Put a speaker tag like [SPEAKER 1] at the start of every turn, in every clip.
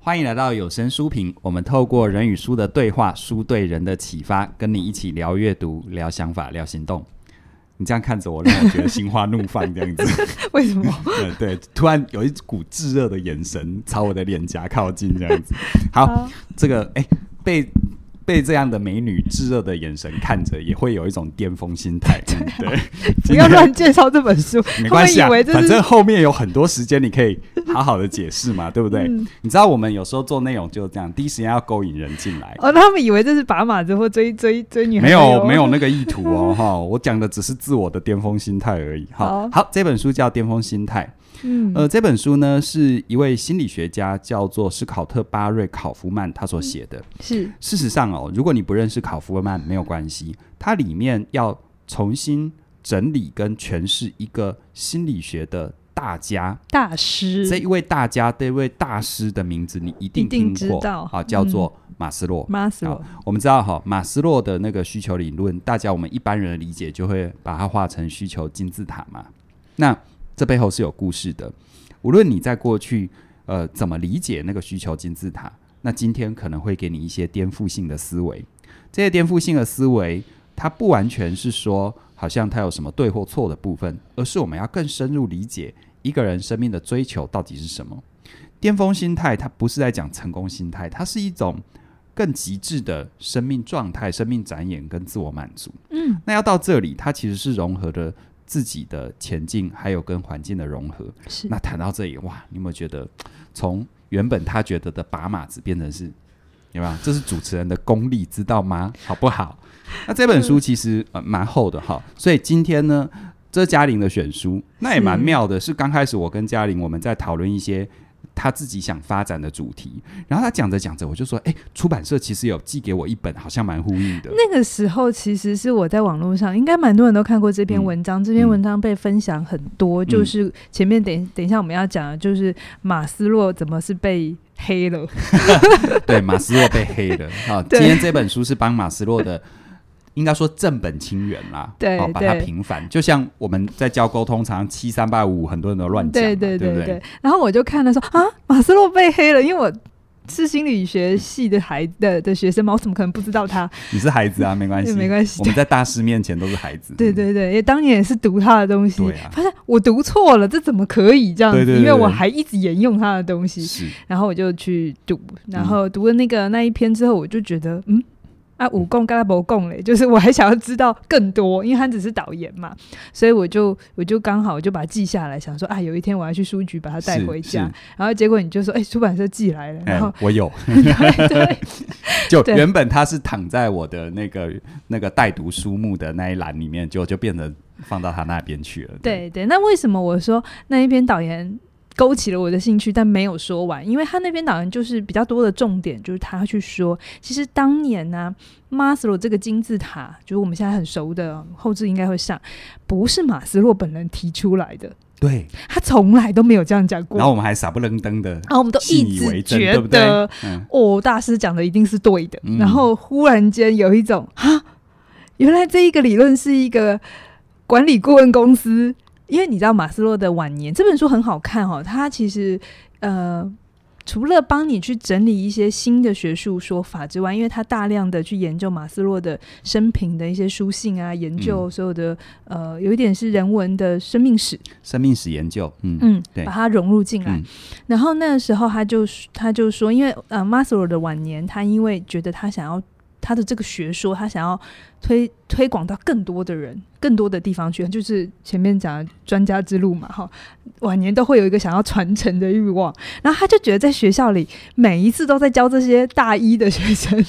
[SPEAKER 1] 欢迎来到有声书评，我们透过人与书的对话，书对人的启发，跟你一起聊阅读、聊想法、聊行动。你这样看着我，让我觉得心花怒放，这样子。
[SPEAKER 2] 为什么？
[SPEAKER 1] 对对，突然有一股炙热的眼神朝我的脸颊靠近，这样子。好，
[SPEAKER 2] 好
[SPEAKER 1] 这个哎、被被这样的美女炙热的眼神看着，也会有一种巅峰心态。嗯对，
[SPEAKER 2] 不要乱介绍这本 书，
[SPEAKER 1] 没关系啊
[SPEAKER 2] 他们以为，这是
[SPEAKER 1] 反正后面有很多时间你可以好好的解释嘛，对不对？
[SPEAKER 2] 嗯
[SPEAKER 1] 你知道我们有时候做内容就是这样，第一时间要勾引人进来。
[SPEAKER 2] 哦，他们以为这是把马子或追追追女孩
[SPEAKER 1] 没
[SPEAKER 2] 子哦，
[SPEAKER 1] 有没有那个意图哦，哈，我讲的只是自我的巅峰心态而已，哈
[SPEAKER 2] 好。
[SPEAKER 1] 好，这本书叫《巅峰心态》，
[SPEAKER 2] 嗯，
[SPEAKER 1] 呃，这本书呢是一位心理学家叫做史考特·巴瑞考夫曼他所写的。
[SPEAKER 2] 是
[SPEAKER 1] 事实上哦，如果你不认识考夫曼没有关系，它里面要重新整理跟诠释一个心理学的大家，
[SPEAKER 2] 大师
[SPEAKER 1] 这一位大家，这一位大师的名字你一定
[SPEAKER 2] 一定
[SPEAKER 1] 听过
[SPEAKER 2] 知道嗯
[SPEAKER 1] 啊，叫做马斯洛。
[SPEAKER 2] 马斯洛，
[SPEAKER 1] 我们知道哈，马斯洛的那个需求理论，大家我们一般人的理解就会把它画成需求金字塔嘛。那这背后是有故事的。无论你在过去呃怎么理解那个需求金字塔，那今天可能会给你一些颠覆性的思维。这些颠覆性的思维，它不完全是说好像它有什么对或错的部分，而是我们要更深入理解一个人生命的追求到底是什么。巅峰心态，它不是在讲成功心态，它是一种更极致的生命状态、生命展演跟自我满足。
[SPEAKER 2] 嗯，
[SPEAKER 1] 那要到这里，它其实是融合了自己的前进，还有跟环境的融合。
[SPEAKER 2] 是
[SPEAKER 1] 那谈到这里，哇，你有没有觉得从原本他觉得的把马子变成是，有没有？这是主持人的功力，知道吗？好不好？那这本
[SPEAKER 2] 嗯
[SPEAKER 1] 书其实呃蛮厚的哈，所以今天呢，这是嘉玲的选书，那也蛮
[SPEAKER 2] 是
[SPEAKER 1] 妙的。是刚开始我跟嘉玲我们在讨论一些她自己想发展的主题，然后她讲着讲着，我就说，哎、出版社其实有寄给我一本，好像蛮呼应的。
[SPEAKER 2] 那个时候其实是我在网络上，应该蛮多人都看过这
[SPEAKER 1] 嗯
[SPEAKER 2] 篇文章。这篇文章被分享很多，就是前面等等一下我们要讲的，就是马斯洛怎么是被黑了，
[SPEAKER 1] 对，马斯洛被黑了。好，今
[SPEAKER 2] 对
[SPEAKER 1] 天这本书是帮马斯洛的，应该说正本清源啦，
[SPEAKER 2] 对
[SPEAKER 1] 好把它
[SPEAKER 2] 对
[SPEAKER 1] 平反。就像我们在教沟通，常常七三八五，很多人都乱讲嘛，
[SPEAKER 2] 对
[SPEAKER 1] 对
[SPEAKER 2] 对
[SPEAKER 1] 不
[SPEAKER 2] 对。然后我就看了说啊，马斯洛被黑了，因为我。是心理学系的孩的的学生吗？我怎么可能不知道他？
[SPEAKER 1] 你是孩子啊，没关系，
[SPEAKER 2] 对 没关系
[SPEAKER 1] 我们在大师面前都是孩子，
[SPEAKER 2] 对对对，也当年也是读他的东西，
[SPEAKER 1] 对啊
[SPEAKER 2] 发现我读错了，这怎么可以这样子？
[SPEAKER 1] 对对对
[SPEAKER 2] 因为我
[SPEAKER 1] 对
[SPEAKER 2] 还一直沿用他的东西
[SPEAKER 1] 嗯，，是嗯
[SPEAKER 2] 然后我就去读，然后读了那个那一篇之后，我就觉得，嗯，啊，武功跟他不共嘞，就是我还想要知道更多，因为他只是导演嘛，所以我就我就刚好我就把它记下来，想说啊，有一天我要去书局把它带
[SPEAKER 1] 是
[SPEAKER 2] 回
[SPEAKER 1] 是
[SPEAKER 2] 家，然后结果你就说，哎、出版社寄来了，
[SPEAKER 1] 哎
[SPEAKER 2] 然后、，
[SPEAKER 1] 我有，
[SPEAKER 2] 对 对
[SPEAKER 1] 就
[SPEAKER 2] 对
[SPEAKER 1] 原本他是躺在我的那个那个带读书目的那一栏里面，就就变成放到他那边去了。
[SPEAKER 2] 对对，那为什么我说那一篇导演？勾起了我的兴趣，但没有说完，因为他那篇导演就是比较多的重点，就是他去说，其实当年呢、马斯洛这个金字塔，就是我们现在很熟的，后置应该会上，不是马斯洛本人提出来的，
[SPEAKER 1] 对，
[SPEAKER 2] 他从来都没有这样讲过。
[SPEAKER 1] 然后我们还傻不愣登的，
[SPEAKER 2] 然后我们都
[SPEAKER 1] 信
[SPEAKER 2] 一
[SPEAKER 1] 以为真，
[SPEAKER 2] 直觉
[SPEAKER 1] 对不对
[SPEAKER 2] 得，？
[SPEAKER 1] 嗯，
[SPEAKER 2] 哦，大师讲的一定是对的。
[SPEAKER 1] 嗯
[SPEAKER 2] 然后忽然间有一种啊，原来这一个理论是一个管理顾问公司，因为你知道马斯洛的晚年这本书很好看哦，它其实呃。除了帮你去整理一些新的学术说法之外，因为他大量的去研究马斯洛的生平的一些书信啊，研究所有的、呃，有一点是人文的生命史，
[SPEAKER 1] 生命史研究，嗯
[SPEAKER 2] 嗯
[SPEAKER 1] 对，
[SPEAKER 2] 把它融入进来。
[SPEAKER 1] 嗯
[SPEAKER 2] 然后那个时候他就他就说，因为呃马斯洛的晚年，他因为觉得他想要他的这个学说，他想要推推广到更多的人、更多的地方去，就是前面讲的专家之路嘛，哈，晚年都会有一个想要传承的欲望。然后他就觉得在学校里每一次都在教这些大一的学生。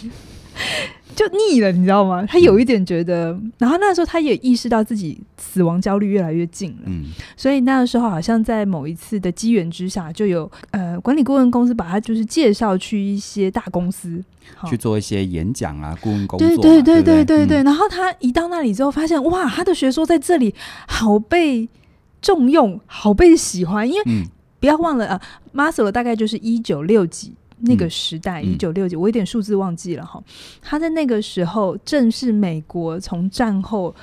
[SPEAKER 2] 就腻了，你知道吗？他有一点觉得，然后那时候他也意识到自己死亡焦虑越来越近了，
[SPEAKER 1] 嗯，
[SPEAKER 2] 所以那个时候好像在某一次的机缘之下，就有呃管理顾问公司把他就是介绍去一些大公司，好
[SPEAKER 1] 去做一些演讲啊，顾问工作嘛，
[SPEAKER 2] 对
[SPEAKER 1] 对不
[SPEAKER 2] 对对对
[SPEAKER 1] 对
[SPEAKER 2] 对对。
[SPEAKER 1] 嗯
[SPEAKER 2] 然后他一到那里之后，发现哇，他的学说在这里好被重用，好被喜欢，因为
[SPEAKER 1] 嗯，
[SPEAKER 2] 不要忘了啊，马斯洛大概就是一九六几那个时代，
[SPEAKER 1] 嗯
[SPEAKER 2] 一
[SPEAKER 1] 嗯
[SPEAKER 2] 九六几，我有点数字忘记了哈。他在那个时候正是美国从战后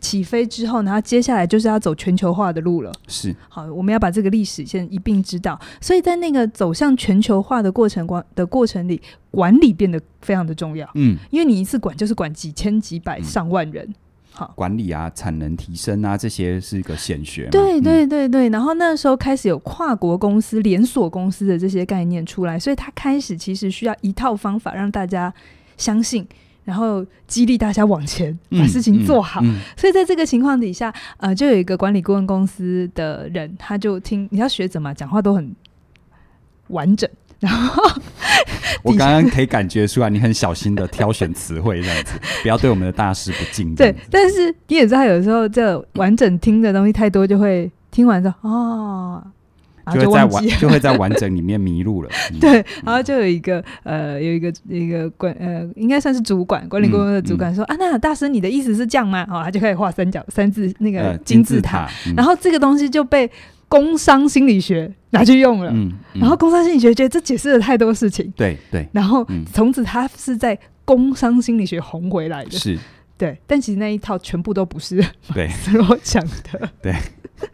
[SPEAKER 2] 起飞之后呢，它接下来就是要走全球化的路了。
[SPEAKER 1] 是
[SPEAKER 2] 好，我们要把这个历史先一并知道。所以在那个走向全球化的过程管的过程里，管理变得非常的重要，
[SPEAKER 1] 嗯，
[SPEAKER 2] 因为你一次管就是管几千、几百、
[SPEAKER 1] 嗯
[SPEAKER 2] 上万人。好，
[SPEAKER 1] 管理啊、产能提升啊，这些是一个显学嘛。
[SPEAKER 2] 对
[SPEAKER 1] 嗯，
[SPEAKER 2] 对对对。然后那时候开始有跨国公司、连锁公司的这些概念出来，所以它开始其实需要一套方法让大家相信，然后激励大家往前，把
[SPEAKER 1] 嗯
[SPEAKER 2] 事情
[SPEAKER 1] 嗯
[SPEAKER 2] 做好。
[SPEAKER 1] 嗯
[SPEAKER 2] 所以在这个情况底下，呃，就有一个管理顾问公司的人，他就听你知道学者嘛，讲话都很完整，然后
[SPEAKER 1] 我
[SPEAKER 2] 底下
[SPEAKER 1] 刚刚可以感觉出来，你很小心的挑选词汇，这 样子，不要对我们的大师不敬。这
[SPEAKER 2] 对
[SPEAKER 1] 样子，
[SPEAKER 2] 但是你也知道，有时候这完整听的东西太多，就会听完之后哦，然后
[SPEAKER 1] 就会在
[SPEAKER 2] 忘记
[SPEAKER 1] 完， 就会在完整里面迷路了。嗯
[SPEAKER 2] 对，然后就有一个呃，有一个有一个管呃，应该算是主管，管理顾
[SPEAKER 1] 嗯
[SPEAKER 2] 问的主管说、啊，那大师你的意思是这样吗？哦，他就开始画三角三字那个
[SPEAKER 1] 呃，
[SPEAKER 2] 金
[SPEAKER 1] 金
[SPEAKER 2] 字
[SPEAKER 1] 字
[SPEAKER 2] 塔，
[SPEAKER 1] 塔，嗯
[SPEAKER 2] 然后这个东西就被工商心理学拿去用了。
[SPEAKER 1] 嗯，嗯
[SPEAKER 2] 然后工商心理学觉得这解释了太多事情，
[SPEAKER 1] 对 对
[SPEAKER 2] 然后
[SPEAKER 1] 嗯
[SPEAKER 2] 从此他是在工商心理学红回来的。
[SPEAKER 1] 是，
[SPEAKER 2] 对，但其实那一套全部都不是
[SPEAKER 1] 对
[SPEAKER 2] 斯洛讲的。
[SPEAKER 1] 对， 嗯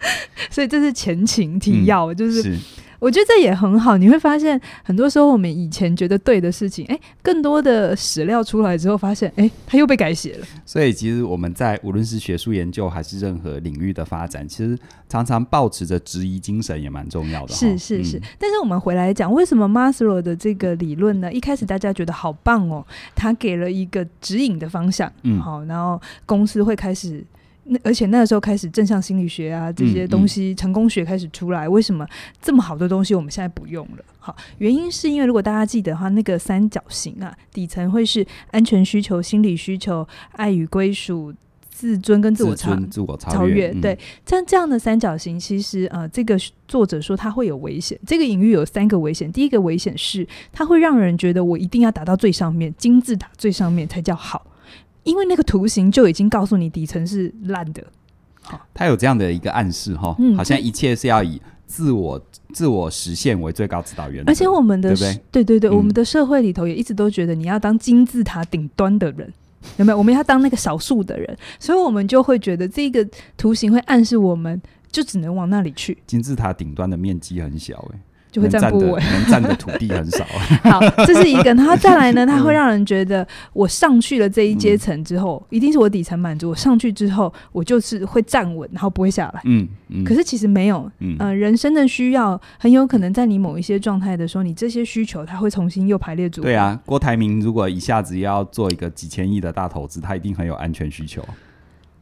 [SPEAKER 2] 所以这是前情提要， 就是
[SPEAKER 1] 是
[SPEAKER 2] 我觉得这也很好。你会发现，很多时候我们以前觉得对的事情，哎，更多的史料出来之后，发现，哎，它又被改写了。
[SPEAKER 1] 所以其实我们在无论是学术研究还是任何领域的发展，其实常常保持着质疑精神也蛮重要的哈。
[SPEAKER 2] 是是是
[SPEAKER 1] 嗯，
[SPEAKER 2] 但是我们回来讲，为什么 Maslow 的这个理论呢？一开始大家觉得好棒哦，他给了一个指引的方向，
[SPEAKER 1] 嗯
[SPEAKER 2] 好，然后公司会开始。那而且那个时候开始正向心理学啊这些
[SPEAKER 1] 嗯
[SPEAKER 2] 东西、成功学开始出来，为什么这么好的东西我们现在不用了？好，原因是因为如果大家记得的话，那个三角形啊，底层会是安全需求、心理需求、爱与归属、自尊跟自我
[SPEAKER 1] 自
[SPEAKER 2] 差
[SPEAKER 1] 尊、自我超
[SPEAKER 2] 超越。
[SPEAKER 1] 嗯
[SPEAKER 2] 对，像这样的三角形，其实呃，这个作者说它会有危险。这个隐喻有三个危险。第一个危险是它会让人觉得我一定要达到最上面，金字塔最上面才叫好，因为那个图形就已经告诉你底层是烂的。
[SPEAKER 1] 他有这样的一个暗示哈，
[SPEAKER 2] 嗯
[SPEAKER 1] 好像一切是要以自我自我实现为最高指导原则。
[SPEAKER 2] 而且我们的
[SPEAKER 1] 对不对
[SPEAKER 2] 社对对对
[SPEAKER 1] 嗯
[SPEAKER 2] 我们的社会里头也一直都觉得你要当金字塔顶端的人。有没有？我们要当那个少数的人，所以我们就会觉得这个图形会暗示我们，就只能往那里去，
[SPEAKER 1] 金字塔顶端的面积很小、欸，
[SPEAKER 2] 就会
[SPEAKER 1] 能
[SPEAKER 2] 站
[SPEAKER 1] 站
[SPEAKER 2] 不
[SPEAKER 1] 的
[SPEAKER 2] 稳。
[SPEAKER 1] 能站的土地 很少。
[SPEAKER 2] 好， 这是一个。然后再来呢，它会让人觉得我上去了这一阶层之后，
[SPEAKER 1] 嗯
[SPEAKER 2] 一定是我底层满足。我上去之后，我就是会站稳，然后不会下来。
[SPEAKER 1] 嗯嗯，
[SPEAKER 2] 可是其实没有，
[SPEAKER 1] 嗯
[SPEAKER 2] 呃，人生的需要很有可能在你某一些状态的时候，你这些需求它会重新又排列组合。
[SPEAKER 1] 对，啊，郭台铭如果一下子要做一个几千亿的大投资，他一定很有安全需求，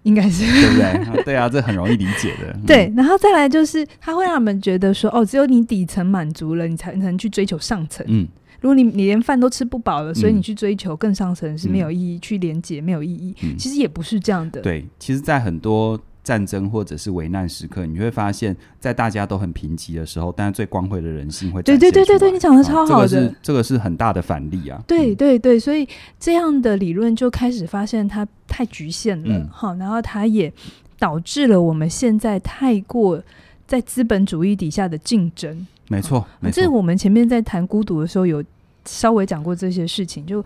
[SPEAKER 2] 应该是。
[SPEAKER 1] 对不对？ 对啊，这很容易理解的。嗯
[SPEAKER 2] 对，然后再来就是，它会让我们觉得说，哦，只有你底层满足了，你才能去追求上层。
[SPEAKER 1] 嗯，
[SPEAKER 2] 如果你你连饭都吃不饱了，所以
[SPEAKER 1] 嗯
[SPEAKER 2] 你去追求更上层是没有意义，去连接没有意义。
[SPEAKER 1] 嗯
[SPEAKER 2] 其实也不是这样的。
[SPEAKER 1] 对，其实，在很多战争或者是危难时刻，你会发现，在大家都很贫瘠的时候，但是最光辉的人性会
[SPEAKER 2] 对对
[SPEAKER 1] 展现
[SPEAKER 2] 对对
[SPEAKER 1] 出来
[SPEAKER 2] 对你讲得
[SPEAKER 1] 啊
[SPEAKER 2] 超好的
[SPEAKER 1] 这个是这个是很大的反例啊。嗯，
[SPEAKER 2] 对对对，所以这样的理论就开始发现它太局限了
[SPEAKER 1] 嗯，
[SPEAKER 2] 好、然后它也导致了我们现在太过在资本主义底下的竞争。
[SPEAKER 1] 没错，没
[SPEAKER 2] 这
[SPEAKER 1] 错，
[SPEAKER 2] 我们前面在谈孤独的时候有稍微讲过这些事情，就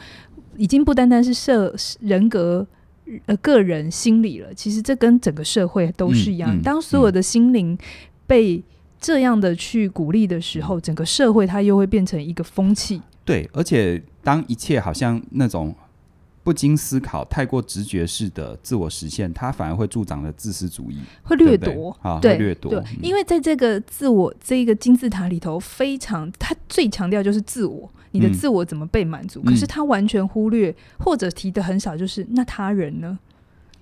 [SPEAKER 2] 已经不单单是社人格。呃，个人心理了，其实这跟整个社会都是一
[SPEAKER 1] 嗯
[SPEAKER 2] 样。
[SPEAKER 1] 嗯
[SPEAKER 2] 当所有的心灵被这样的去鼓励的时
[SPEAKER 1] 嗯
[SPEAKER 2] 候，整个社会它又会变成一个风气。
[SPEAKER 1] 对，而且当一切好像那种。不经思考、太过直觉式的自我实现，它反而会助长了自私主义，
[SPEAKER 2] 会
[SPEAKER 1] 对
[SPEAKER 2] 掠
[SPEAKER 1] 不对
[SPEAKER 2] 夺，
[SPEAKER 1] 啊，会
[SPEAKER 2] 对
[SPEAKER 1] 掠夺，
[SPEAKER 2] 对，因
[SPEAKER 1] 为
[SPEAKER 2] 为在这个自我这一个金字塔里头，非常它最强调就是自我，你的
[SPEAKER 1] 嗯
[SPEAKER 2] 自我怎么被满足？
[SPEAKER 1] 嗯
[SPEAKER 2] 可是他完全忽略或者提的很少，就是那他人呢？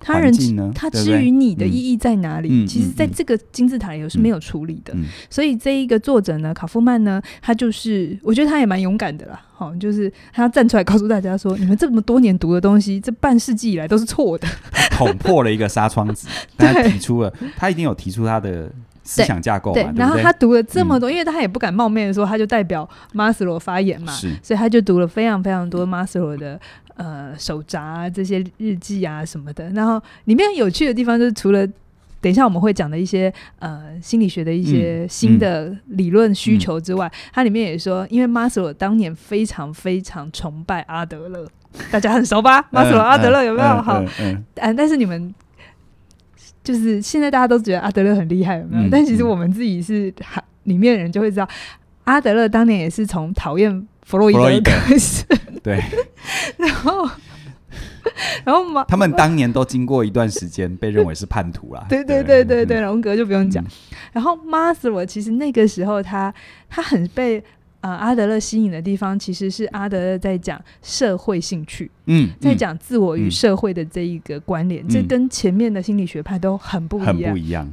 [SPEAKER 2] 他
[SPEAKER 1] 环
[SPEAKER 2] 人
[SPEAKER 1] 境呢，
[SPEAKER 2] 他
[SPEAKER 1] 对不
[SPEAKER 2] 之
[SPEAKER 1] 对
[SPEAKER 2] 于你的意义在哪里？
[SPEAKER 1] 嗯嗯
[SPEAKER 2] 其实，在
[SPEAKER 1] 嗯
[SPEAKER 2] 这个金字塔里头是没有处理的。
[SPEAKER 1] 嗯
[SPEAKER 2] 所以这一个作者呢，卡夫曼呢，他就是我觉得他也蛮勇敢的啦。好、就是他站出来告诉大家说，你们这么多年读的东西，这半世纪以来都是错的。
[SPEAKER 1] 捅破了一个纱窗 子，但他提出了，他一定有提出他的思想架构嘛，对不嗯
[SPEAKER 2] 然后
[SPEAKER 1] 对
[SPEAKER 2] 他读了这么多，因为他也不敢冒昧的说，他就代表马斯洛发言嘛，
[SPEAKER 1] 是
[SPEAKER 2] 所以他就读了非常非常多马斯洛的呃手札啊、这些日记啊什么的。然后里面有趣的地方就是，除了等一下我们会讲的一些呃心理学的一些
[SPEAKER 1] 嗯
[SPEAKER 2] 新的理论需求之外，它里面也说，因为马斯洛当年非常非常崇拜
[SPEAKER 1] 嗯
[SPEAKER 2] 阿德勒，大家很熟吧？马斯洛、阿德勒有没有？好，
[SPEAKER 1] 嗯嗯嗯
[SPEAKER 2] 呃啊，但是你们就是现在大家都觉得阿德勒很厉害，有没有？
[SPEAKER 1] 嗯
[SPEAKER 2] 但其实
[SPEAKER 1] 嗯
[SPEAKER 2] 我们自己是哈里面的人就会知道，阿德勒当年也是从讨厌弗洛伊
[SPEAKER 1] 弗洛伊
[SPEAKER 2] 德
[SPEAKER 1] 德
[SPEAKER 2] 开始，
[SPEAKER 1] 对
[SPEAKER 2] 然后然后马
[SPEAKER 1] 他们当年都经过一段时间被认为是叛徒啦。
[SPEAKER 2] 对对对对对，
[SPEAKER 1] 嗯
[SPEAKER 2] 荣格就不用讲。
[SPEAKER 1] 嗯
[SPEAKER 2] 然后马斯洛其实那个时候他他很被呃阿德勒吸引的地方，其实是阿德勒在讲社会兴趣，
[SPEAKER 1] 嗯，
[SPEAKER 2] 在
[SPEAKER 1] 嗯
[SPEAKER 2] 讲自我与
[SPEAKER 1] 嗯
[SPEAKER 2] 社会的这一个关联，这
[SPEAKER 1] 嗯
[SPEAKER 2] 跟前面的心理学派都很不
[SPEAKER 1] 很
[SPEAKER 2] 一样
[SPEAKER 1] 不。一样。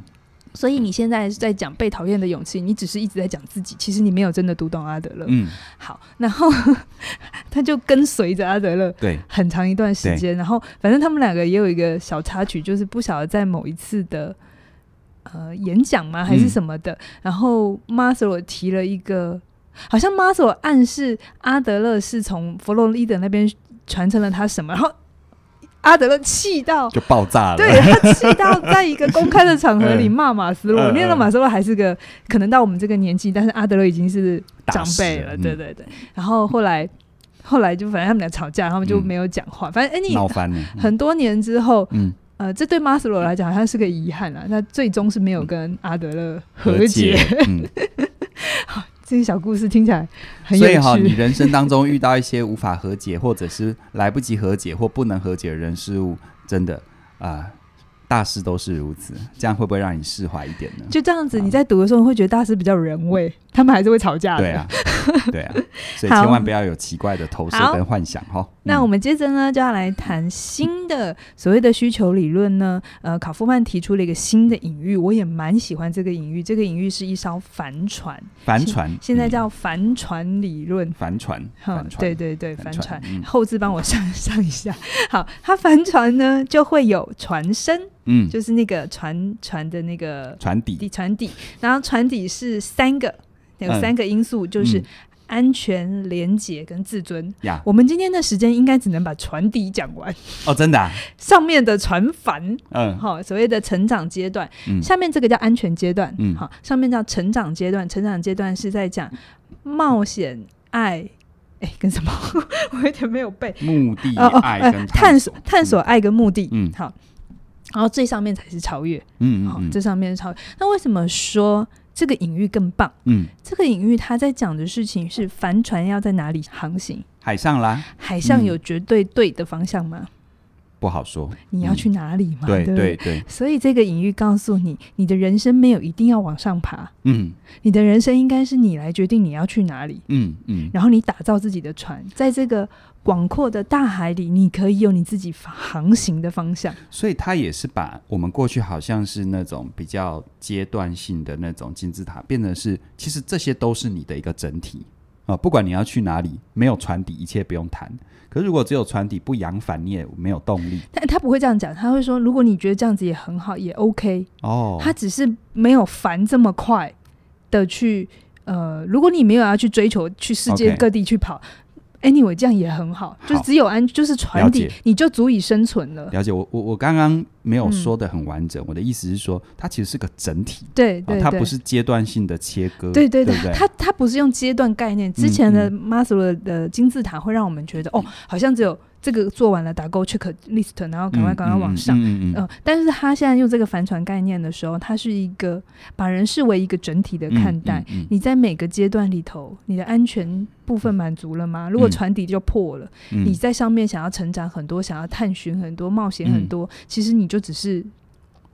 [SPEAKER 2] 所以你现在是在讲被讨厌的勇气，你只是一直在讲自己，其实你没有真的读懂阿德勒。
[SPEAKER 1] 嗯，
[SPEAKER 2] 好，然后他就跟随着阿德勒。
[SPEAKER 1] 对，
[SPEAKER 2] 很长一段时间。然后反正他们两个也有一个小插曲，就是不晓得在某一次的呃演讲吗还是什么的，然后马斯洛提了一个，好像马斯洛暗示阿德勒是从弗洛伊德那边传承了他什么，然后阿德勒气到。
[SPEAKER 1] 就爆炸了。
[SPEAKER 2] 对他气 到在一个公开的场合里
[SPEAKER 1] 嗯
[SPEAKER 2] 骂马斯洛，
[SPEAKER 1] 嗯嗯
[SPEAKER 2] 因为那马斯洛还是个可能到我们这个年纪，但是阿德勒已经是
[SPEAKER 1] 大
[SPEAKER 2] 长
[SPEAKER 1] 师
[SPEAKER 2] 辈了，
[SPEAKER 1] 嗯
[SPEAKER 2] 对对对。然后后来后来就反正他们俩吵架，他们就
[SPEAKER 1] 嗯
[SPEAKER 2] 没有讲话。反正 anyway，
[SPEAKER 1] 闹翻了。嗯
[SPEAKER 2] 很多年之后，
[SPEAKER 1] 嗯，
[SPEAKER 2] 呃，这对马斯洛来讲好像是个遗憾啊。那最终是没有跟阿德勒和解。。
[SPEAKER 1] 嗯，
[SPEAKER 2] 这些小故事听起来很有
[SPEAKER 1] 所以哈，你
[SPEAKER 2] 趣。
[SPEAKER 1] 人生当中遇到一些无法和解，或者是来不及和解或不能和解的人事物，真的啊。大事都是如此，这样会不会让你释怀一点 呢？
[SPEAKER 2] 就这样子，你在读的时候会觉得大师比较人味，他们还是会吵架的。
[SPEAKER 1] 对啊，对啊，所以
[SPEAKER 2] 好
[SPEAKER 1] 千万不要有奇怪的投射
[SPEAKER 2] 好
[SPEAKER 1] 跟幻想哈。
[SPEAKER 2] 那
[SPEAKER 1] 嗯
[SPEAKER 2] 我们接着呢，就要来谈新的所谓的需求理论呢。呃，考夫曼提出了一个新的隐喻，我也蛮喜欢这个隐喻。这个隐喻是一艘帆船，
[SPEAKER 1] 帆船
[SPEAKER 2] 现在
[SPEAKER 1] 嗯
[SPEAKER 2] 叫帆船理论。
[SPEAKER 1] 帆 船，
[SPEAKER 2] 哈
[SPEAKER 1] 帆，船，
[SPEAKER 2] 对对对，帆船。
[SPEAKER 1] 嗯
[SPEAKER 2] 后置帮我上上一下。 好，它帆船呢就会有船身，
[SPEAKER 1] 嗯，
[SPEAKER 2] 就是那个船船的那个
[SPEAKER 1] 船底
[SPEAKER 2] 底船底，然后船底是三个，有
[SPEAKER 1] 嗯
[SPEAKER 2] 三个因素，就是
[SPEAKER 1] 嗯
[SPEAKER 2] 安全、廉洁跟自尊。
[SPEAKER 1] 呀，
[SPEAKER 2] 我们今天的时间应该只能把船底讲完，
[SPEAKER 1] 哦，真的啊，
[SPEAKER 2] 上面的船帆，
[SPEAKER 1] 嗯
[SPEAKER 2] 哈、所谓的成长阶段，
[SPEAKER 1] 嗯
[SPEAKER 2] 下面这个叫安全阶段，
[SPEAKER 1] 嗯
[SPEAKER 2] 好，上面叫成长阶段，成长阶段是在讲冒险、爱，哎，跟什么？ 我有点没有背，
[SPEAKER 1] 目的
[SPEAKER 2] 哦哦，
[SPEAKER 1] 爱跟
[SPEAKER 2] 呃探
[SPEAKER 1] 索，
[SPEAKER 2] 探索爱跟目的，
[SPEAKER 1] 嗯
[SPEAKER 2] 好，然后最上面才是超越，
[SPEAKER 1] 嗯
[SPEAKER 2] 好、
[SPEAKER 1] 嗯
[SPEAKER 2] 这上面是超越。那为什么说这个隐喻更棒？
[SPEAKER 1] 嗯，嗯
[SPEAKER 2] 这个隐喻它在讲的事情是帆船要在哪里航行，
[SPEAKER 1] 海上啦，
[SPEAKER 2] 海上
[SPEAKER 1] 嗯
[SPEAKER 2] 有绝对对的方向吗？
[SPEAKER 1] 不好说，
[SPEAKER 2] 你要去哪里嘛？
[SPEAKER 1] 嗯对
[SPEAKER 2] 对不
[SPEAKER 1] 对对，
[SPEAKER 2] 所以这个隐喻告诉你，你的人生没有一定要往上爬，
[SPEAKER 1] 嗯
[SPEAKER 2] 你的人生应该是你来决定你要去哪里，
[SPEAKER 1] 嗯嗯，
[SPEAKER 2] 然后你打造自己的船，在这个广阔的大海里，你可以有你自己航行的方向。
[SPEAKER 1] 所以他也是把我们过去好像是那种比较阶段性的那种金字塔，变成是其实这些都是你的一个整体啊、不管你要去哪里，没有船底，一切不用谈。可是如果只有船底不扬帆，你也没有动力
[SPEAKER 2] 但他不会这样讲，他会说，如果你觉得这样子也很好，也 OK，
[SPEAKER 1] 哦。
[SPEAKER 2] 他只是没有烦这么快的去，呃，如果你没有要去追求去世界
[SPEAKER 1] OK
[SPEAKER 2] 各地去跑。Anyway，这样也很好，就是
[SPEAKER 1] 好
[SPEAKER 2] 只有安，就是船
[SPEAKER 1] 了
[SPEAKER 2] 底
[SPEAKER 1] 解，
[SPEAKER 2] 你就足以生存了。
[SPEAKER 1] 了解我，我我刚刚没有说的很完整，我的意思是说，它其实是个整体，
[SPEAKER 2] 对
[SPEAKER 1] 啊
[SPEAKER 2] 嗯对，
[SPEAKER 1] 它
[SPEAKER 2] 对
[SPEAKER 1] 不是阶段性的切割，
[SPEAKER 2] 对对
[SPEAKER 1] 对嗯
[SPEAKER 2] 对
[SPEAKER 1] 不，
[SPEAKER 2] 他他不是用阶段概念，之前的 m a s l o 的金字塔会让我们觉得，哦，好像只有这个做完了打勾 check list，然后赶快赶快往上。
[SPEAKER 1] 嗯嗯嗯嗯
[SPEAKER 2] 呃，但是他现在用这个帆船概念的时候，它是一个把人视为一个整体的看待。
[SPEAKER 1] 嗯嗯嗯
[SPEAKER 2] 你在每个阶段里头，你的安全部分满足了吗？如果
[SPEAKER 1] 嗯
[SPEAKER 2] 船底就破了，
[SPEAKER 1] 嗯
[SPEAKER 2] 你在上面想要成长很多，想要探寻很多，冒险很
[SPEAKER 1] 嗯
[SPEAKER 2] 多，其实你就只是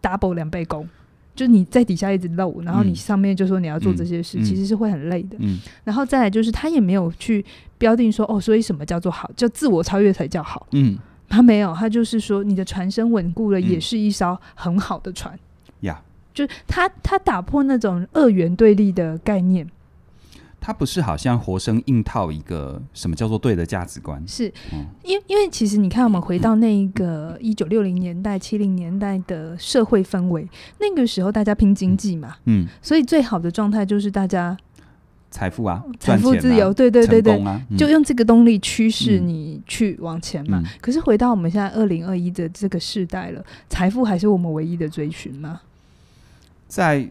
[SPEAKER 2] double 两倍功，就你在底下一直漏，然后你
[SPEAKER 1] 嗯
[SPEAKER 2] 上面就说你要做
[SPEAKER 1] 嗯
[SPEAKER 2] 这些事，
[SPEAKER 1] 嗯
[SPEAKER 2] 其实是会很累的。
[SPEAKER 1] 嗯
[SPEAKER 2] 然后再来就是他也没有去标定说哦，所以什么叫做好，叫自我超越才叫好，
[SPEAKER 1] 嗯
[SPEAKER 2] 他没有，他就是说你的船身稳固了，
[SPEAKER 1] 嗯
[SPEAKER 2] 也是一艘很好的船。
[SPEAKER 1] 呀，
[SPEAKER 2] 就是他，他打破那种二元对立的概念，
[SPEAKER 1] 它不是好像活生硬套一个什么叫做对的价值观，
[SPEAKER 2] 是
[SPEAKER 1] 嗯
[SPEAKER 2] 因为因为其实你看，我们回到那一个一九六零年代、七零年代的社会氛围，那个时候大家拼经济嘛，
[SPEAKER 1] 嗯，
[SPEAKER 2] 所以最好的状态就是大家
[SPEAKER 1] 财富啊，
[SPEAKER 2] 哦财富
[SPEAKER 1] 赚钱啊
[SPEAKER 2] 自由，，对对对
[SPEAKER 1] 成
[SPEAKER 2] 对
[SPEAKER 1] 功，啊，嗯
[SPEAKER 2] 就用这个动力驱使
[SPEAKER 1] 嗯
[SPEAKER 2] 你去往前嘛。
[SPEAKER 1] 嗯
[SPEAKER 2] 可是回到我们现在二零二一的这个时代了，财富还是我们唯一的追寻吗？
[SPEAKER 1] 在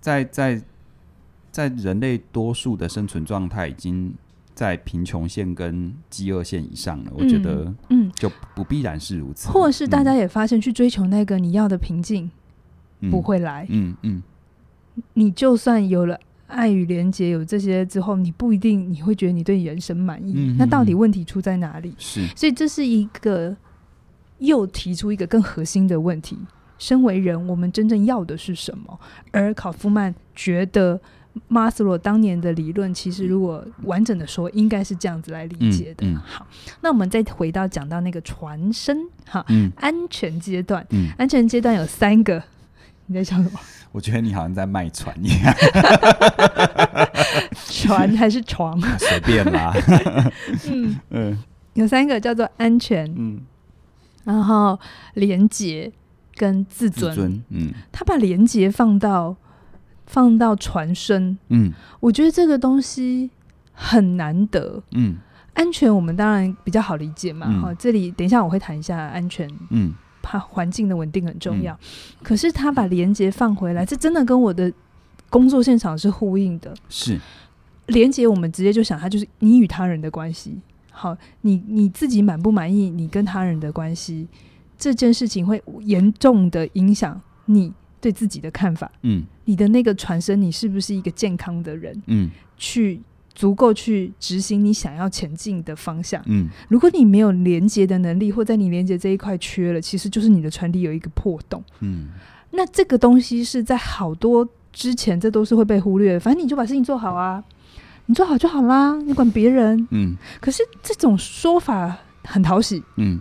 [SPEAKER 1] 在在在人类多数的生存状态已经在贫穷线跟饥饿线以上了，我觉得
[SPEAKER 2] 嗯，
[SPEAKER 1] 就不必然是如此，
[SPEAKER 2] 或是大
[SPEAKER 1] 嗯
[SPEAKER 2] 家也发现去追求那个你要的平静，不会来。
[SPEAKER 1] 嗯嗯
[SPEAKER 2] 你就算有了爱与连结，有这些之后，你不一定你会觉得你对人生满意。
[SPEAKER 1] 嗯
[SPEAKER 2] 那到底问题出在哪里？
[SPEAKER 1] 是
[SPEAKER 2] 所以这是一个又提出一个更核心的问题：身为人，我们真正要的是什么？而考夫曼觉得马斯洛当年的理论，其实如果完整的说，应该是这样子来理解的。
[SPEAKER 1] 嗯嗯嗯
[SPEAKER 2] 好，那我们再回到讲到那个传声哈，
[SPEAKER 1] 嗯
[SPEAKER 2] 安全阶段，
[SPEAKER 1] 嗯，
[SPEAKER 2] 安全阶段有三个。你在想什么？
[SPEAKER 1] 我觉得你好像在卖船一样，
[SPEAKER 2] 船还是床？
[SPEAKER 1] 随便啦。
[SPEAKER 2] 嗯，
[SPEAKER 1] 嗯
[SPEAKER 2] 有三个叫做安全，
[SPEAKER 1] 嗯，
[SPEAKER 2] 然后廉洁跟自
[SPEAKER 1] 自
[SPEAKER 2] 尊。
[SPEAKER 1] 尊，嗯
[SPEAKER 2] 他把廉洁放到放到船身，
[SPEAKER 1] 嗯
[SPEAKER 2] 我觉得这个东西很难得。
[SPEAKER 1] 嗯
[SPEAKER 2] 安全我们当然比较好理解嘛，
[SPEAKER 1] 嗯
[SPEAKER 2] 哈、这里等一下我会谈一下安全，
[SPEAKER 1] 嗯
[SPEAKER 2] 怕环境的稳定很重要。可是他把廉洁放回来，这真的跟我的工作现场是呼应的。
[SPEAKER 1] 是，
[SPEAKER 2] 廉洁，我们直接就想它就是你与他人的关系。好，你你自己满不满意你跟他人的关系这件事情，会严重的影响你对自己的看法。
[SPEAKER 1] 嗯
[SPEAKER 2] 你的那个传声，你是不是一个健康的人，
[SPEAKER 1] 嗯
[SPEAKER 2] 去足够去执行你想要前进的方向？
[SPEAKER 1] 嗯
[SPEAKER 2] 如果你没有连接的能力，或在你连接这一块缺了，其实就是你的传递有一个破洞。
[SPEAKER 1] 嗯
[SPEAKER 2] 那这个东西是在好多之前，这都是会被忽略的。反正你就把事情做好啊，你做好就好啦，你管别人。
[SPEAKER 1] 嗯
[SPEAKER 2] 可是这种说法很讨喜，
[SPEAKER 1] 嗯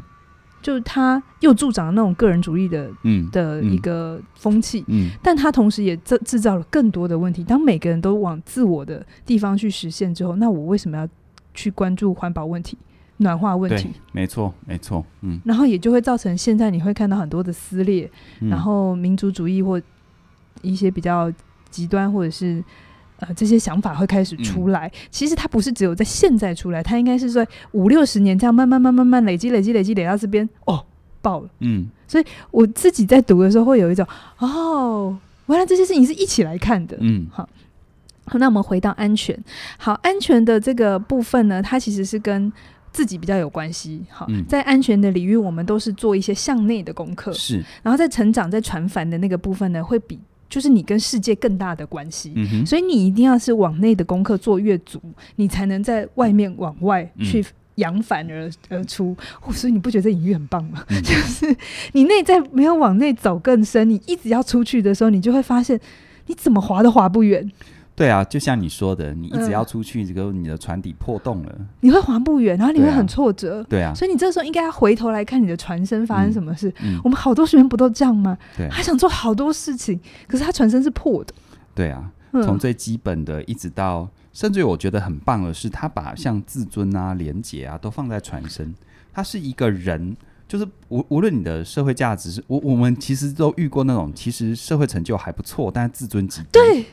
[SPEAKER 2] 就是他又助长了那种个人主义的
[SPEAKER 1] 嗯
[SPEAKER 2] 的一个风气。
[SPEAKER 1] 嗯
[SPEAKER 2] 但它同时也制制造了更多的问题。当每个人都往自我的地方去实现之后，那我为什么要去关注环保问题、暖化问
[SPEAKER 1] 对
[SPEAKER 2] 题？，
[SPEAKER 1] 没错没错，嗯，
[SPEAKER 2] 然后也就会造成现在你会看到很多的撕裂，
[SPEAKER 1] 嗯
[SPEAKER 2] 然后民族主义或一些比较极端或者是。呃，这些想法会开始出来。
[SPEAKER 1] 嗯
[SPEAKER 2] 其实它不是只有在现在出来，它应该是在五六十年这样慢慢、慢慢、慢慢累积、累积、累积，累到这边哦，爆了。
[SPEAKER 1] 嗯
[SPEAKER 2] 我自己在读的时候会有一种哦，原来这些事情是一起来看的。
[SPEAKER 1] 嗯
[SPEAKER 2] 好，那我们回到安全。好，安全的这个部分呢，它其实是跟自己比较有关系。好，
[SPEAKER 1] 嗯
[SPEAKER 2] 在安全的领域，我们都是做一些向内的功课，
[SPEAKER 1] 是，
[SPEAKER 2] 然后在成长、在传繁的那个部分呢，会比就是你跟世界更大的关系。
[SPEAKER 1] 嗯哼，
[SPEAKER 2] 所以你一定要是往内的功课做越足，你才能在外面往外
[SPEAKER 1] 嗯
[SPEAKER 2] 去扬帆而、而出、哦。所以你不觉得这隐喻很棒吗？
[SPEAKER 1] 嗯
[SPEAKER 2] 就是你内在没有往内走更深，你一直要出去的时候，你就会发现你怎么滑都滑不远。
[SPEAKER 1] 对啊，就像你说的，你一直
[SPEAKER 2] 嗯
[SPEAKER 1] 要出去，这个你的船底破洞了，
[SPEAKER 2] 你会滑不远，然后你会
[SPEAKER 1] 对啊
[SPEAKER 2] 很挫折。
[SPEAKER 1] 对啊，
[SPEAKER 2] 所以你这时候应该要回头来看你的传声发生什么事。
[SPEAKER 1] 嗯
[SPEAKER 2] 我们好多学员不都这样吗？
[SPEAKER 1] 对啊
[SPEAKER 2] 他想做好多事情，可是他传声是破的。
[SPEAKER 1] 对啊，从
[SPEAKER 2] 嗯，
[SPEAKER 1] 最基本的一直到，甚至于我觉得很棒的是，他把像自尊啊、廉洁啊都放在船身，他是一个人。就是无无论你的社会价值是，我我们其实都遇过那种，其实社会成就还不错，但是自尊极低，
[SPEAKER 2] 对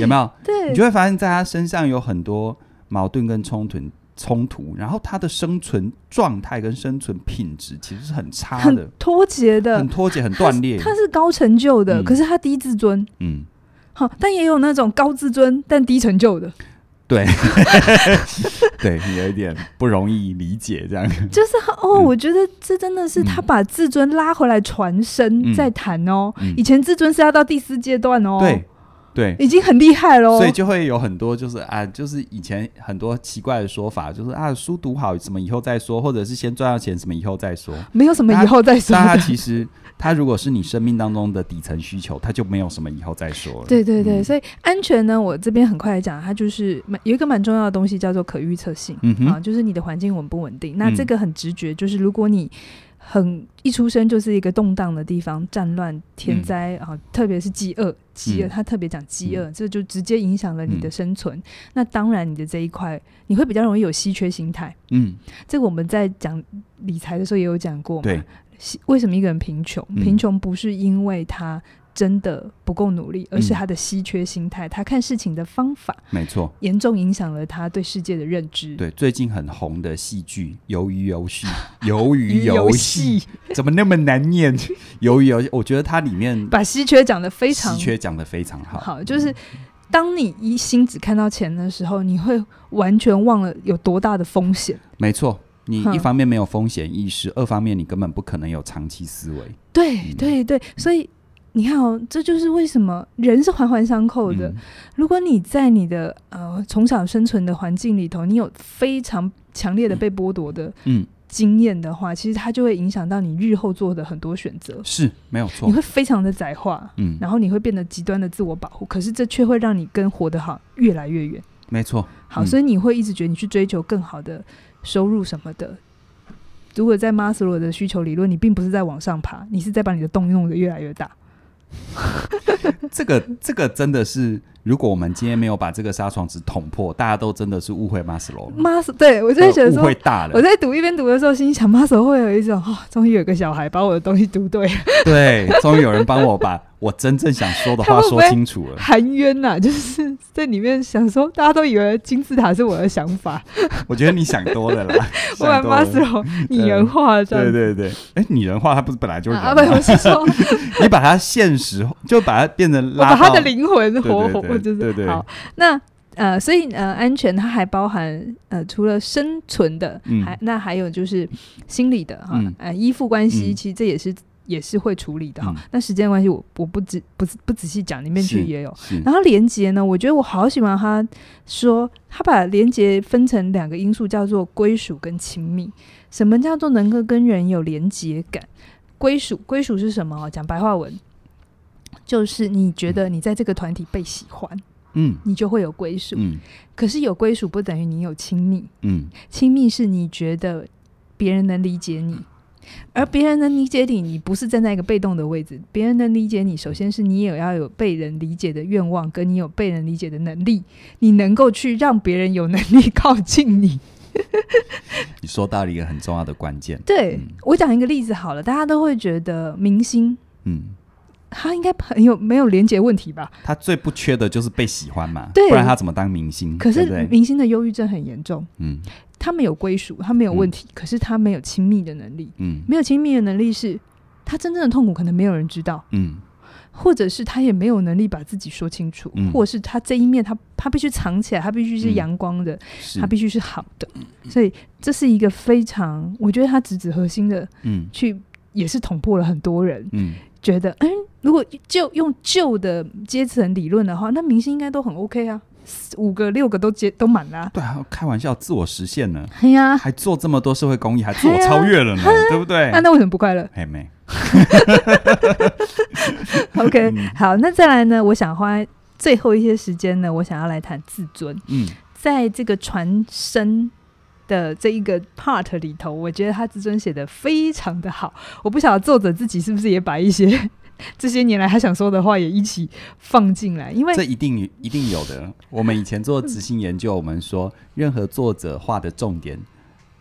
[SPEAKER 1] 有没有？
[SPEAKER 2] 对
[SPEAKER 1] 你就会发现在他身上有很多矛盾跟冲突，冲突，然后他的生存状态跟生存品质其实是很差的
[SPEAKER 2] 很，脱节的
[SPEAKER 1] 很，脱节，很断裂。
[SPEAKER 2] 他是高成就的，
[SPEAKER 1] 嗯
[SPEAKER 2] 可是他低自尊。
[SPEAKER 1] 嗯，
[SPEAKER 2] 好，但也有那种高自尊但低成 就的，
[SPEAKER 1] 对，有一点不容易理解这样。
[SPEAKER 2] 就是哦，
[SPEAKER 1] 嗯
[SPEAKER 2] 我觉得这真的是他
[SPEAKER 1] 嗯
[SPEAKER 2] 把自尊拉回来传
[SPEAKER 1] 嗯
[SPEAKER 2] 声再谈哦。
[SPEAKER 1] 嗯
[SPEAKER 2] 以前自尊是要到第四阶段哦，
[SPEAKER 1] 对，对，
[SPEAKER 2] 已经很厉害哦喽。
[SPEAKER 1] 所以就会有很多就是啊，就是以前很多奇怪的说法，就是啊，书读好什么以后再说，或者是先赚到钱什么以后再说。
[SPEAKER 2] 没有什么以后再说
[SPEAKER 1] 但它
[SPEAKER 2] 的。
[SPEAKER 1] 其实，它如果是你生命当中的底层需求，它就没有什么以后再说了。
[SPEAKER 2] 对对对，
[SPEAKER 1] 嗯
[SPEAKER 2] 所以安全呢，我这边很快来讲，它就是蛮有一个蛮重要的东西叫做可预测性、
[SPEAKER 1] 嗯
[SPEAKER 2] 啊，
[SPEAKER 1] 哼，
[SPEAKER 2] 就是你的环境稳不稳定。那
[SPEAKER 1] 嗯
[SPEAKER 2] 这个很直觉，就是如果你很一出生就是一个动荡的地方，战乱、天灾、啊，特别是饥饿，饥饿，
[SPEAKER 1] 嗯
[SPEAKER 2] 他特别讲饥饿，这就直接影响了你的生存。那当然，你的这一块你会比较容易有稀缺心态。
[SPEAKER 1] 嗯，
[SPEAKER 2] 这个我们在讲理财的时候也有讲过嘛，
[SPEAKER 1] 对，
[SPEAKER 2] 西为什么一个人贫穷？
[SPEAKER 1] 嗯
[SPEAKER 2] 贫穷不是因为他真的不够努力，而是
[SPEAKER 1] 嗯
[SPEAKER 2] 他的稀缺心态，他看事情的方法
[SPEAKER 1] 没错。
[SPEAKER 2] 严重影响了他对世界的认知。，
[SPEAKER 1] 对，最近很红的戏剧《鱿鱼游 戏》，鱿
[SPEAKER 2] 鱼
[SPEAKER 1] 鱼
[SPEAKER 2] 游
[SPEAKER 1] 游
[SPEAKER 2] 戏
[SPEAKER 1] 戏怎么那么难 念？鱿鱼游戏，我觉得它里面
[SPEAKER 2] 把稀缺讲得非常
[SPEAKER 1] 稀缺讲的非常好。
[SPEAKER 2] 好，就是当你一心只看到钱的时候，你会完全忘了有多大的风险。
[SPEAKER 1] 没错，你
[SPEAKER 2] 哼
[SPEAKER 1] 一方面没有风险意识，二方面你根本不可能有长期思维。
[SPEAKER 2] 对
[SPEAKER 1] 嗯
[SPEAKER 2] 对对，所以你看哦，这就是为什么人是环环相扣的。
[SPEAKER 1] 嗯
[SPEAKER 2] 如果你在你的呃从小生存的环境里头，你有非常强烈的被剥夺的
[SPEAKER 1] 嗯，
[SPEAKER 2] 经验的话，其实它就会影响到你日后做的很多选择。
[SPEAKER 1] 是哦没有错
[SPEAKER 2] 你。会非常的窄化，
[SPEAKER 1] 嗯，
[SPEAKER 2] 然后你会变得极端的自我保护，可是这却会让你跟活得好越来越远。
[SPEAKER 1] 没错。
[SPEAKER 2] 好，
[SPEAKER 1] 嗯
[SPEAKER 2] 所以你会一直觉得你去追求更好的收入什么的。如果在马斯洛的需求理论，你并不是在往上爬，你是在把你的洞弄得越来越大。
[SPEAKER 1] 这个这个真的是，如果我们今天没有把这个纱窗纸捅破，大家都真的是误会马斯洛了，
[SPEAKER 2] 马斯，对我就会觉得
[SPEAKER 1] 嗯呃误
[SPEAKER 2] 说
[SPEAKER 1] 会，大
[SPEAKER 2] 我
[SPEAKER 1] 了。
[SPEAKER 2] 在读一边读的时候，心想马斯洛会有一种哦，终于有个小孩把我的东西读对
[SPEAKER 1] 嗯
[SPEAKER 2] 了，
[SPEAKER 1] 对，终于有人帮我把我真正想说的话
[SPEAKER 2] 他会不
[SPEAKER 1] 说
[SPEAKER 2] 会
[SPEAKER 1] 清楚了。
[SPEAKER 2] 含冤呐、就是在里面想说，大家都以为金字塔是我的想 法，
[SPEAKER 1] 我觉得你想多了啦，
[SPEAKER 2] 我把
[SPEAKER 1] 想多
[SPEAKER 2] 马斯
[SPEAKER 1] 了。
[SPEAKER 2] 洛拟人化了这样
[SPEAKER 1] 对
[SPEAKER 2] 子。
[SPEAKER 1] 对对，哎，拟人化他不是本来就是人
[SPEAKER 2] 啊，不，
[SPEAKER 1] 吗
[SPEAKER 2] 我？是说，我
[SPEAKER 1] 你把它现实，就把它变成拉
[SPEAKER 2] 把他
[SPEAKER 1] 到
[SPEAKER 2] 的灵魂活
[SPEAKER 1] 对对
[SPEAKER 2] 活，
[SPEAKER 1] 对
[SPEAKER 2] 就是
[SPEAKER 1] 对对
[SPEAKER 2] 好。那呃，所以呃，安全它还包含呃，除了生存的，
[SPEAKER 1] 嗯
[SPEAKER 2] 还那还有就是心理的哈、
[SPEAKER 1] 嗯
[SPEAKER 2] 呃，依附关系，
[SPEAKER 1] 嗯
[SPEAKER 2] 其实这也是也是会处理的哈、
[SPEAKER 1] 嗯
[SPEAKER 2] 那时间关系我，我不仔不不仔细讲，里面其实
[SPEAKER 1] 是
[SPEAKER 2] 也有。
[SPEAKER 1] 是
[SPEAKER 2] 然后连接呢，我觉得我好喜欢他说，他把连接分成两个因素，叫做归属跟亲密。什么叫做能够跟人有连接感？归属，归属是什么？哦讲白话文，就是你觉得你在这个团体被喜欢，
[SPEAKER 1] 嗯
[SPEAKER 2] 你就会有归属。
[SPEAKER 1] 嗯
[SPEAKER 2] 可是有归属不等于你有亲密，
[SPEAKER 1] 嗯
[SPEAKER 2] 亲密是你觉得别人能理解你，而别人能理解你，你不是站在一个被动的位置，别人能理解你，首先是你也要有被人理解的愿望，跟你有被人理解的能力，你能够去让别人有能力靠近你。
[SPEAKER 1] 嗯你说到了一个很重要的关键，
[SPEAKER 2] 对、
[SPEAKER 1] 嗯
[SPEAKER 2] 我讲一个例子好了，大家都会觉得明星
[SPEAKER 1] 嗯，
[SPEAKER 2] 他应该很有没有连接问题吧？
[SPEAKER 1] 他最不缺的就是被喜欢嘛，
[SPEAKER 2] 对
[SPEAKER 1] 不然他怎么当明星？
[SPEAKER 2] 可
[SPEAKER 1] 对
[SPEAKER 2] 是
[SPEAKER 1] 不对
[SPEAKER 2] 明星的忧郁症很严重，
[SPEAKER 1] 嗯
[SPEAKER 2] 他们有归属，他没有问题，可是他没有亲密的能力，
[SPEAKER 1] 嗯
[SPEAKER 2] 没有亲密的能力是他真正的痛苦可能没有人知道。
[SPEAKER 1] 嗯
[SPEAKER 2] 或者是他也没有能力把自己说清楚，
[SPEAKER 1] 嗯
[SPEAKER 2] 或者是他这一面他他必须藏起来，他必须是阳光的，
[SPEAKER 1] 是嗯
[SPEAKER 2] 他必须是好的，所以这是一个非常，我觉得他直指核心的
[SPEAKER 1] 嗯
[SPEAKER 2] 去，也是捅破了很多人
[SPEAKER 1] 嗯
[SPEAKER 2] 觉得，嗯，如果就用旧的阶层理论的话，那明星应该都很 OK 啊，四五个六个都接都满啦、
[SPEAKER 1] 对啊，开玩笑，自我实现呢，
[SPEAKER 2] 哎呀、
[SPEAKER 1] 还做这么多社会公益，还自我
[SPEAKER 2] 嘿啊啊
[SPEAKER 1] 超越了呢，对不对
[SPEAKER 2] 那、？那为什么不快乐
[SPEAKER 1] 嘿妹，
[SPEAKER 2] ？OK，
[SPEAKER 1] 嗯
[SPEAKER 2] 好，那再来呢，我想花最后一些时间呢，我想要来谈自尊。
[SPEAKER 1] 嗯
[SPEAKER 2] 在这个传声的这一个 part 里头，我觉得他自尊写的非常的好。我不晓得作者自己是不是也把一些 这些年来他想说的话也一起放进来，因为
[SPEAKER 1] 这一定一定有的。我们以前做执行研究，我们说任何作者画的重点，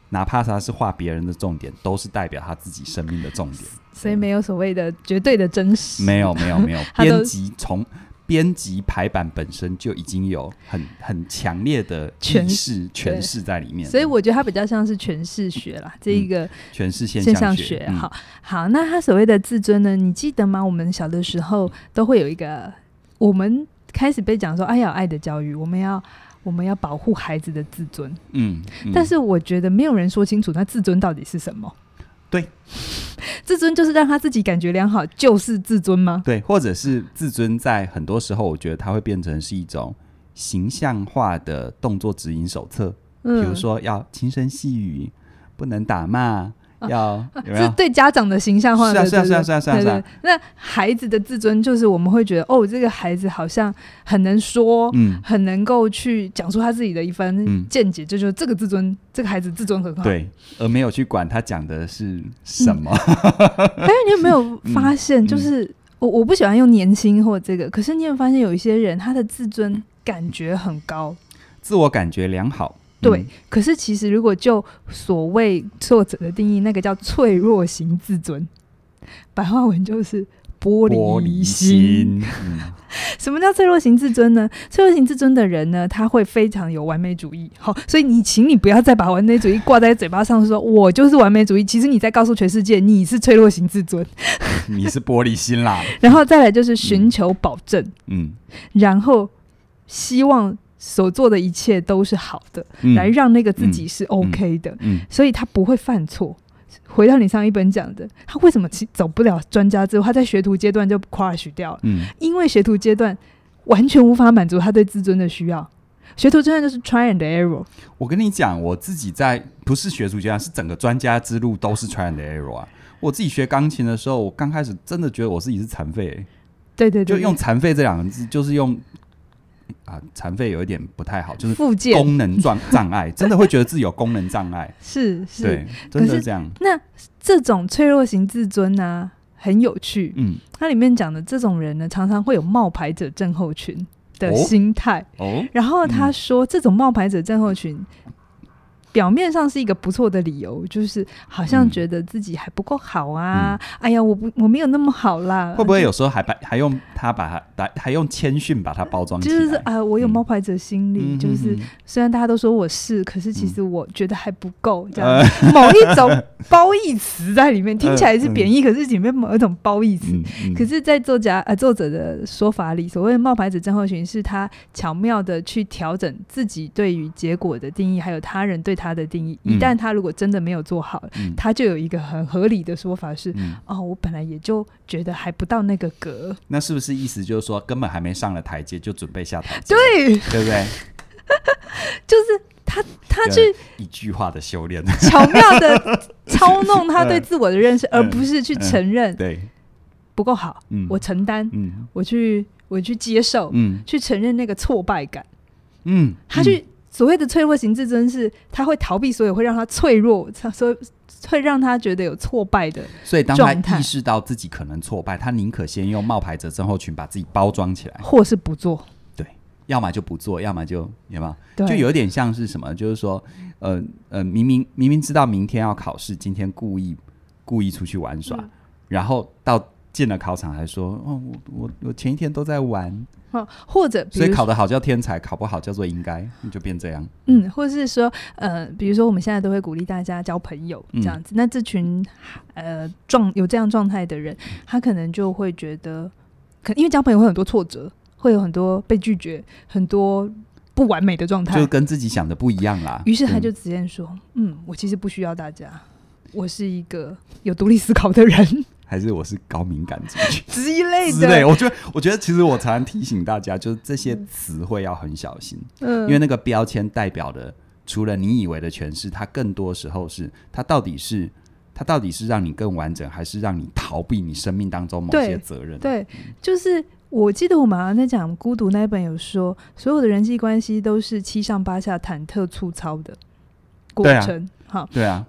[SPEAKER 1] 哪怕他是画别人的重点，都是代表他自己生命的重点。
[SPEAKER 2] 所以没有所谓的绝对的真实，
[SPEAKER 1] 没有没有没有，
[SPEAKER 2] 他都
[SPEAKER 1] 编辑从编辑排版本身就已经有很很强烈的
[SPEAKER 2] 诠
[SPEAKER 1] 诠释诠释在里面，
[SPEAKER 2] 所以我觉得他比较像是诠释学啦，
[SPEAKER 1] 嗯
[SPEAKER 2] 这一个
[SPEAKER 1] 诠释现
[SPEAKER 2] 现象
[SPEAKER 1] 学
[SPEAKER 2] 学。
[SPEAKER 1] 嗯
[SPEAKER 2] 好好，那他所谓的自尊呢？你记得吗？我们小的时候都会有一个，我们开始被讲说，哎呀，爱的教育，我们要我们要保护孩子的自尊。
[SPEAKER 1] 嗯，嗯
[SPEAKER 2] 但是我觉得没有人说清楚他自尊到底是什么。
[SPEAKER 1] 对，
[SPEAKER 2] 自尊就是让他自己感觉良好，就是自尊吗？
[SPEAKER 1] 对，或者是自尊，在很多时候，我觉得它会变成是一种形象化的动作指引手册，比
[SPEAKER 2] 嗯，
[SPEAKER 1] 如说要轻声细语，不能打骂，
[SPEAKER 2] 啊
[SPEAKER 1] 要 有没
[SPEAKER 2] 这
[SPEAKER 1] 有？
[SPEAKER 2] 对家长的形象化
[SPEAKER 1] 是啊
[SPEAKER 2] 的，
[SPEAKER 1] 是啊
[SPEAKER 2] 对
[SPEAKER 1] 是啊
[SPEAKER 2] 对
[SPEAKER 1] 是啊是啊
[SPEAKER 2] 对
[SPEAKER 1] 是啊
[SPEAKER 2] 对那孩子的自尊就是我们会觉得，哦，这个孩子好像很能说，
[SPEAKER 1] 嗯，
[SPEAKER 2] 很能够去讲出他自己的一番
[SPEAKER 1] 嗯
[SPEAKER 2] 见解，这就是这个自尊，这个孩子自尊很好。，
[SPEAKER 1] 对，而没有去管他讲的是什么。
[SPEAKER 2] 哎，你有没有发现，
[SPEAKER 1] 嗯
[SPEAKER 2] 就是、我我不喜欢用年薪或这个，可是你有没有发现有一些人他的自尊感觉很高，
[SPEAKER 1] 自我感觉良好。
[SPEAKER 2] 对，
[SPEAKER 1] 嗯
[SPEAKER 2] 可是其实如果就所谓作者的定义，那个叫脆弱型自尊，白话文就是
[SPEAKER 1] 玻
[SPEAKER 2] 玻璃
[SPEAKER 1] 璃
[SPEAKER 2] 心。
[SPEAKER 1] 心，嗯，
[SPEAKER 2] 什么叫脆弱型自尊呢？脆弱型自尊的人呢，他会非常有完美主义。好，所以你请你不要再把完美主义挂在嘴巴上说，我就是完美主义。其实你在告诉全世界你是脆弱型自尊，
[SPEAKER 1] 你是玻璃心 啦，
[SPEAKER 2] 然后再来就是寻求保证，
[SPEAKER 1] 嗯，
[SPEAKER 2] 然后希望所做的一切都是好的，
[SPEAKER 1] 嗯
[SPEAKER 2] 来让那个自己是 OK 的。
[SPEAKER 1] 嗯
[SPEAKER 2] 所以他不会犯错。回到你上一本讲的，他为什么其走不了专家之路？他在学徒阶段就 crash 掉了，
[SPEAKER 1] 嗯
[SPEAKER 2] 因为学徒阶段完全无法满足他对自尊的需要。学徒阶段就是 try and error，
[SPEAKER 1] 我跟你讲，我自己在不是学术家，是整个专家之路都是 try and error 啊。我自己学钢琴的时候，我刚开始真的觉得我自己是残废、
[SPEAKER 2] 对对对，
[SPEAKER 1] 就用“
[SPEAKER 2] 对
[SPEAKER 1] 残废”这两个字，就是用啊，残废有一点不太好，就是
[SPEAKER 2] 附件
[SPEAKER 1] 功能障障 碍，真的会觉得自己有功能障碍，
[SPEAKER 2] 是 是
[SPEAKER 1] 对，真
[SPEAKER 2] 可
[SPEAKER 1] 的
[SPEAKER 2] 是
[SPEAKER 1] 是这样，
[SPEAKER 2] 这种脆弱型自尊呢、很有趣。
[SPEAKER 1] 嗯，
[SPEAKER 2] 它里面讲的这种人呢，常常会有冒牌者症候群的
[SPEAKER 1] 哦
[SPEAKER 2] 心态。
[SPEAKER 1] 哦，
[SPEAKER 2] 然后他
[SPEAKER 1] 嗯
[SPEAKER 2] 说，这种冒牌者症候群表面上是一个不错的理由，就是好像
[SPEAKER 1] 嗯
[SPEAKER 2] 觉得自己还不够好啊，哎呀，我不我没有那么好啦，
[SPEAKER 1] 会不会有时候还把还用他把他把还用谦逊把它包装起
[SPEAKER 2] 就
[SPEAKER 1] 来？
[SPEAKER 2] 是啊、我有
[SPEAKER 1] 嗯
[SPEAKER 2] 冒牌者心理，
[SPEAKER 1] 嗯
[SPEAKER 2] 就是
[SPEAKER 1] 嗯嗯
[SPEAKER 2] 虽然大家都说我是，可是其
[SPEAKER 1] 嗯
[SPEAKER 2] 实我觉得还不够，这样、某一种褒义词在里面，听起来是贬义，可是里面某一种褒义词。
[SPEAKER 1] 嗯嗯
[SPEAKER 2] 可是，在作家呃作者的说法里，所谓冒牌者症候群，是他巧妙的去调整自己对于结果的定义，还有他人对他的定义。一
[SPEAKER 1] 嗯
[SPEAKER 2] 旦他如果真的没有做好，
[SPEAKER 1] 嗯
[SPEAKER 2] 他就有一个很合理的说法是：
[SPEAKER 1] 嗯，
[SPEAKER 2] 哦，我本来也就觉得还不到那个格。
[SPEAKER 1] 那是不是意思就是说根本还没上了台阶就准备下台阶？
[SPEAKER 2] 对，
[SPEAKER 1] 对不对？
[SPEAKER 2] 就是他他
[SPEAKER 1] 对
[SPEAKER 2] 去
[SPEAKER 1] 一句话的修 炼，
[SPEAKER 2] 巧妙的 操弄他对自我的认识，而不是去
[SPEAKER 1] 嗯
[SPEAKER 2] 承认
[SPEAKER 1] 对，
[SPEAKER 2] 不够好，
[SPEAKER 1] 嗯，
[SPEAKER 2] 我承担，
[SPEAKER 1] 嗯
[SPEAKER 2] 我去我去接受，
[SPEAKER 1] 嗯
[SPEAKER 2] 去承认那个挫败感。
[SPEAKER 1] 嗯，
[SPEAKER 2] 他去所谓的脆弱型自尊是，他会逃避所有会让他脆弱，他所以会让他觉得有挫败的。
[SPEAKER 1] 所以当他
[SPEAKER 2] 状态
[SPEAKER 1] 意识到自己可能挫败，他宁可先用冒牌者症候群把自己包装起来，
[SPEAKER 2] 或是不做，
[SPEAKER 1] 要么就不做，要么就有没有？
[SPEAKER 2] 对，
[SPEAKER 1] 就有点像是什么，就是说，呃呃，明明明明知道明天要考试，今天故意故意出去玩耍，
[SPEAKER 2] 嗯
[SPEAKER 1] 然后到进了考场还说，哦，我我我前一天都在玩，
[SPEAKER 2] 哦或者比
[SPEAKER 1] 所以
[SPEAKER 2] 如
[SPEAKER 1] 考得好叫天才，考不好叫做应该，你就变这样。
[SPEAKER 2] 嗯，或是说呃，比如说我们现在都会鼓励大家交朋友这
[SPEAKER 1] 嗯
[SPEAKER 2] 样子，那这群呃状有这样状态的人，
[SPEAKER 1] 嗯
[SPEAKER 2] 他可能就会觉得，可因为交朋友会有很多挫折，会有很多被拒绝，很多不完美的状态
[SPEAKER 1] 就，跟自己想的不一样啦。
[SPEAKER 2] 于是他
[SPEAKER 1] 对
[SPEAKER 2] 就直接说，嗯，我其实不需要大家。我是一个有独立思考 的人，
[SPEAKER 1] 还是我是高敏感族群
[SPEAKER 2] 之类
[SPEAKER 1] 之类。
[SPEAKER 2] 的，
[SPEAKER 1] 我觉得，我觉得其实我常常提醒大家，就是这些词汇要很小心，
[SPEAKER 2] 嗯，
[SPEAKER 1] 因为那个标签代表的，除了你以为的诠释，它更多时候是它到底是它到底是让你更完整，还是让你逃避你生命当中某
[SPEAKER 2] 对
[SPEAKER 1] 些责任？，
[SPEAKER 2] 对，就是我记得我们好像在讲《孤独》那一本有说，所有的人际关系都是七上八下、忐忑、粗糙的过
[SPEAKER 1] 对啊
[SPEAKER 2] 程。好，
[SPEAKER 1] 对啊，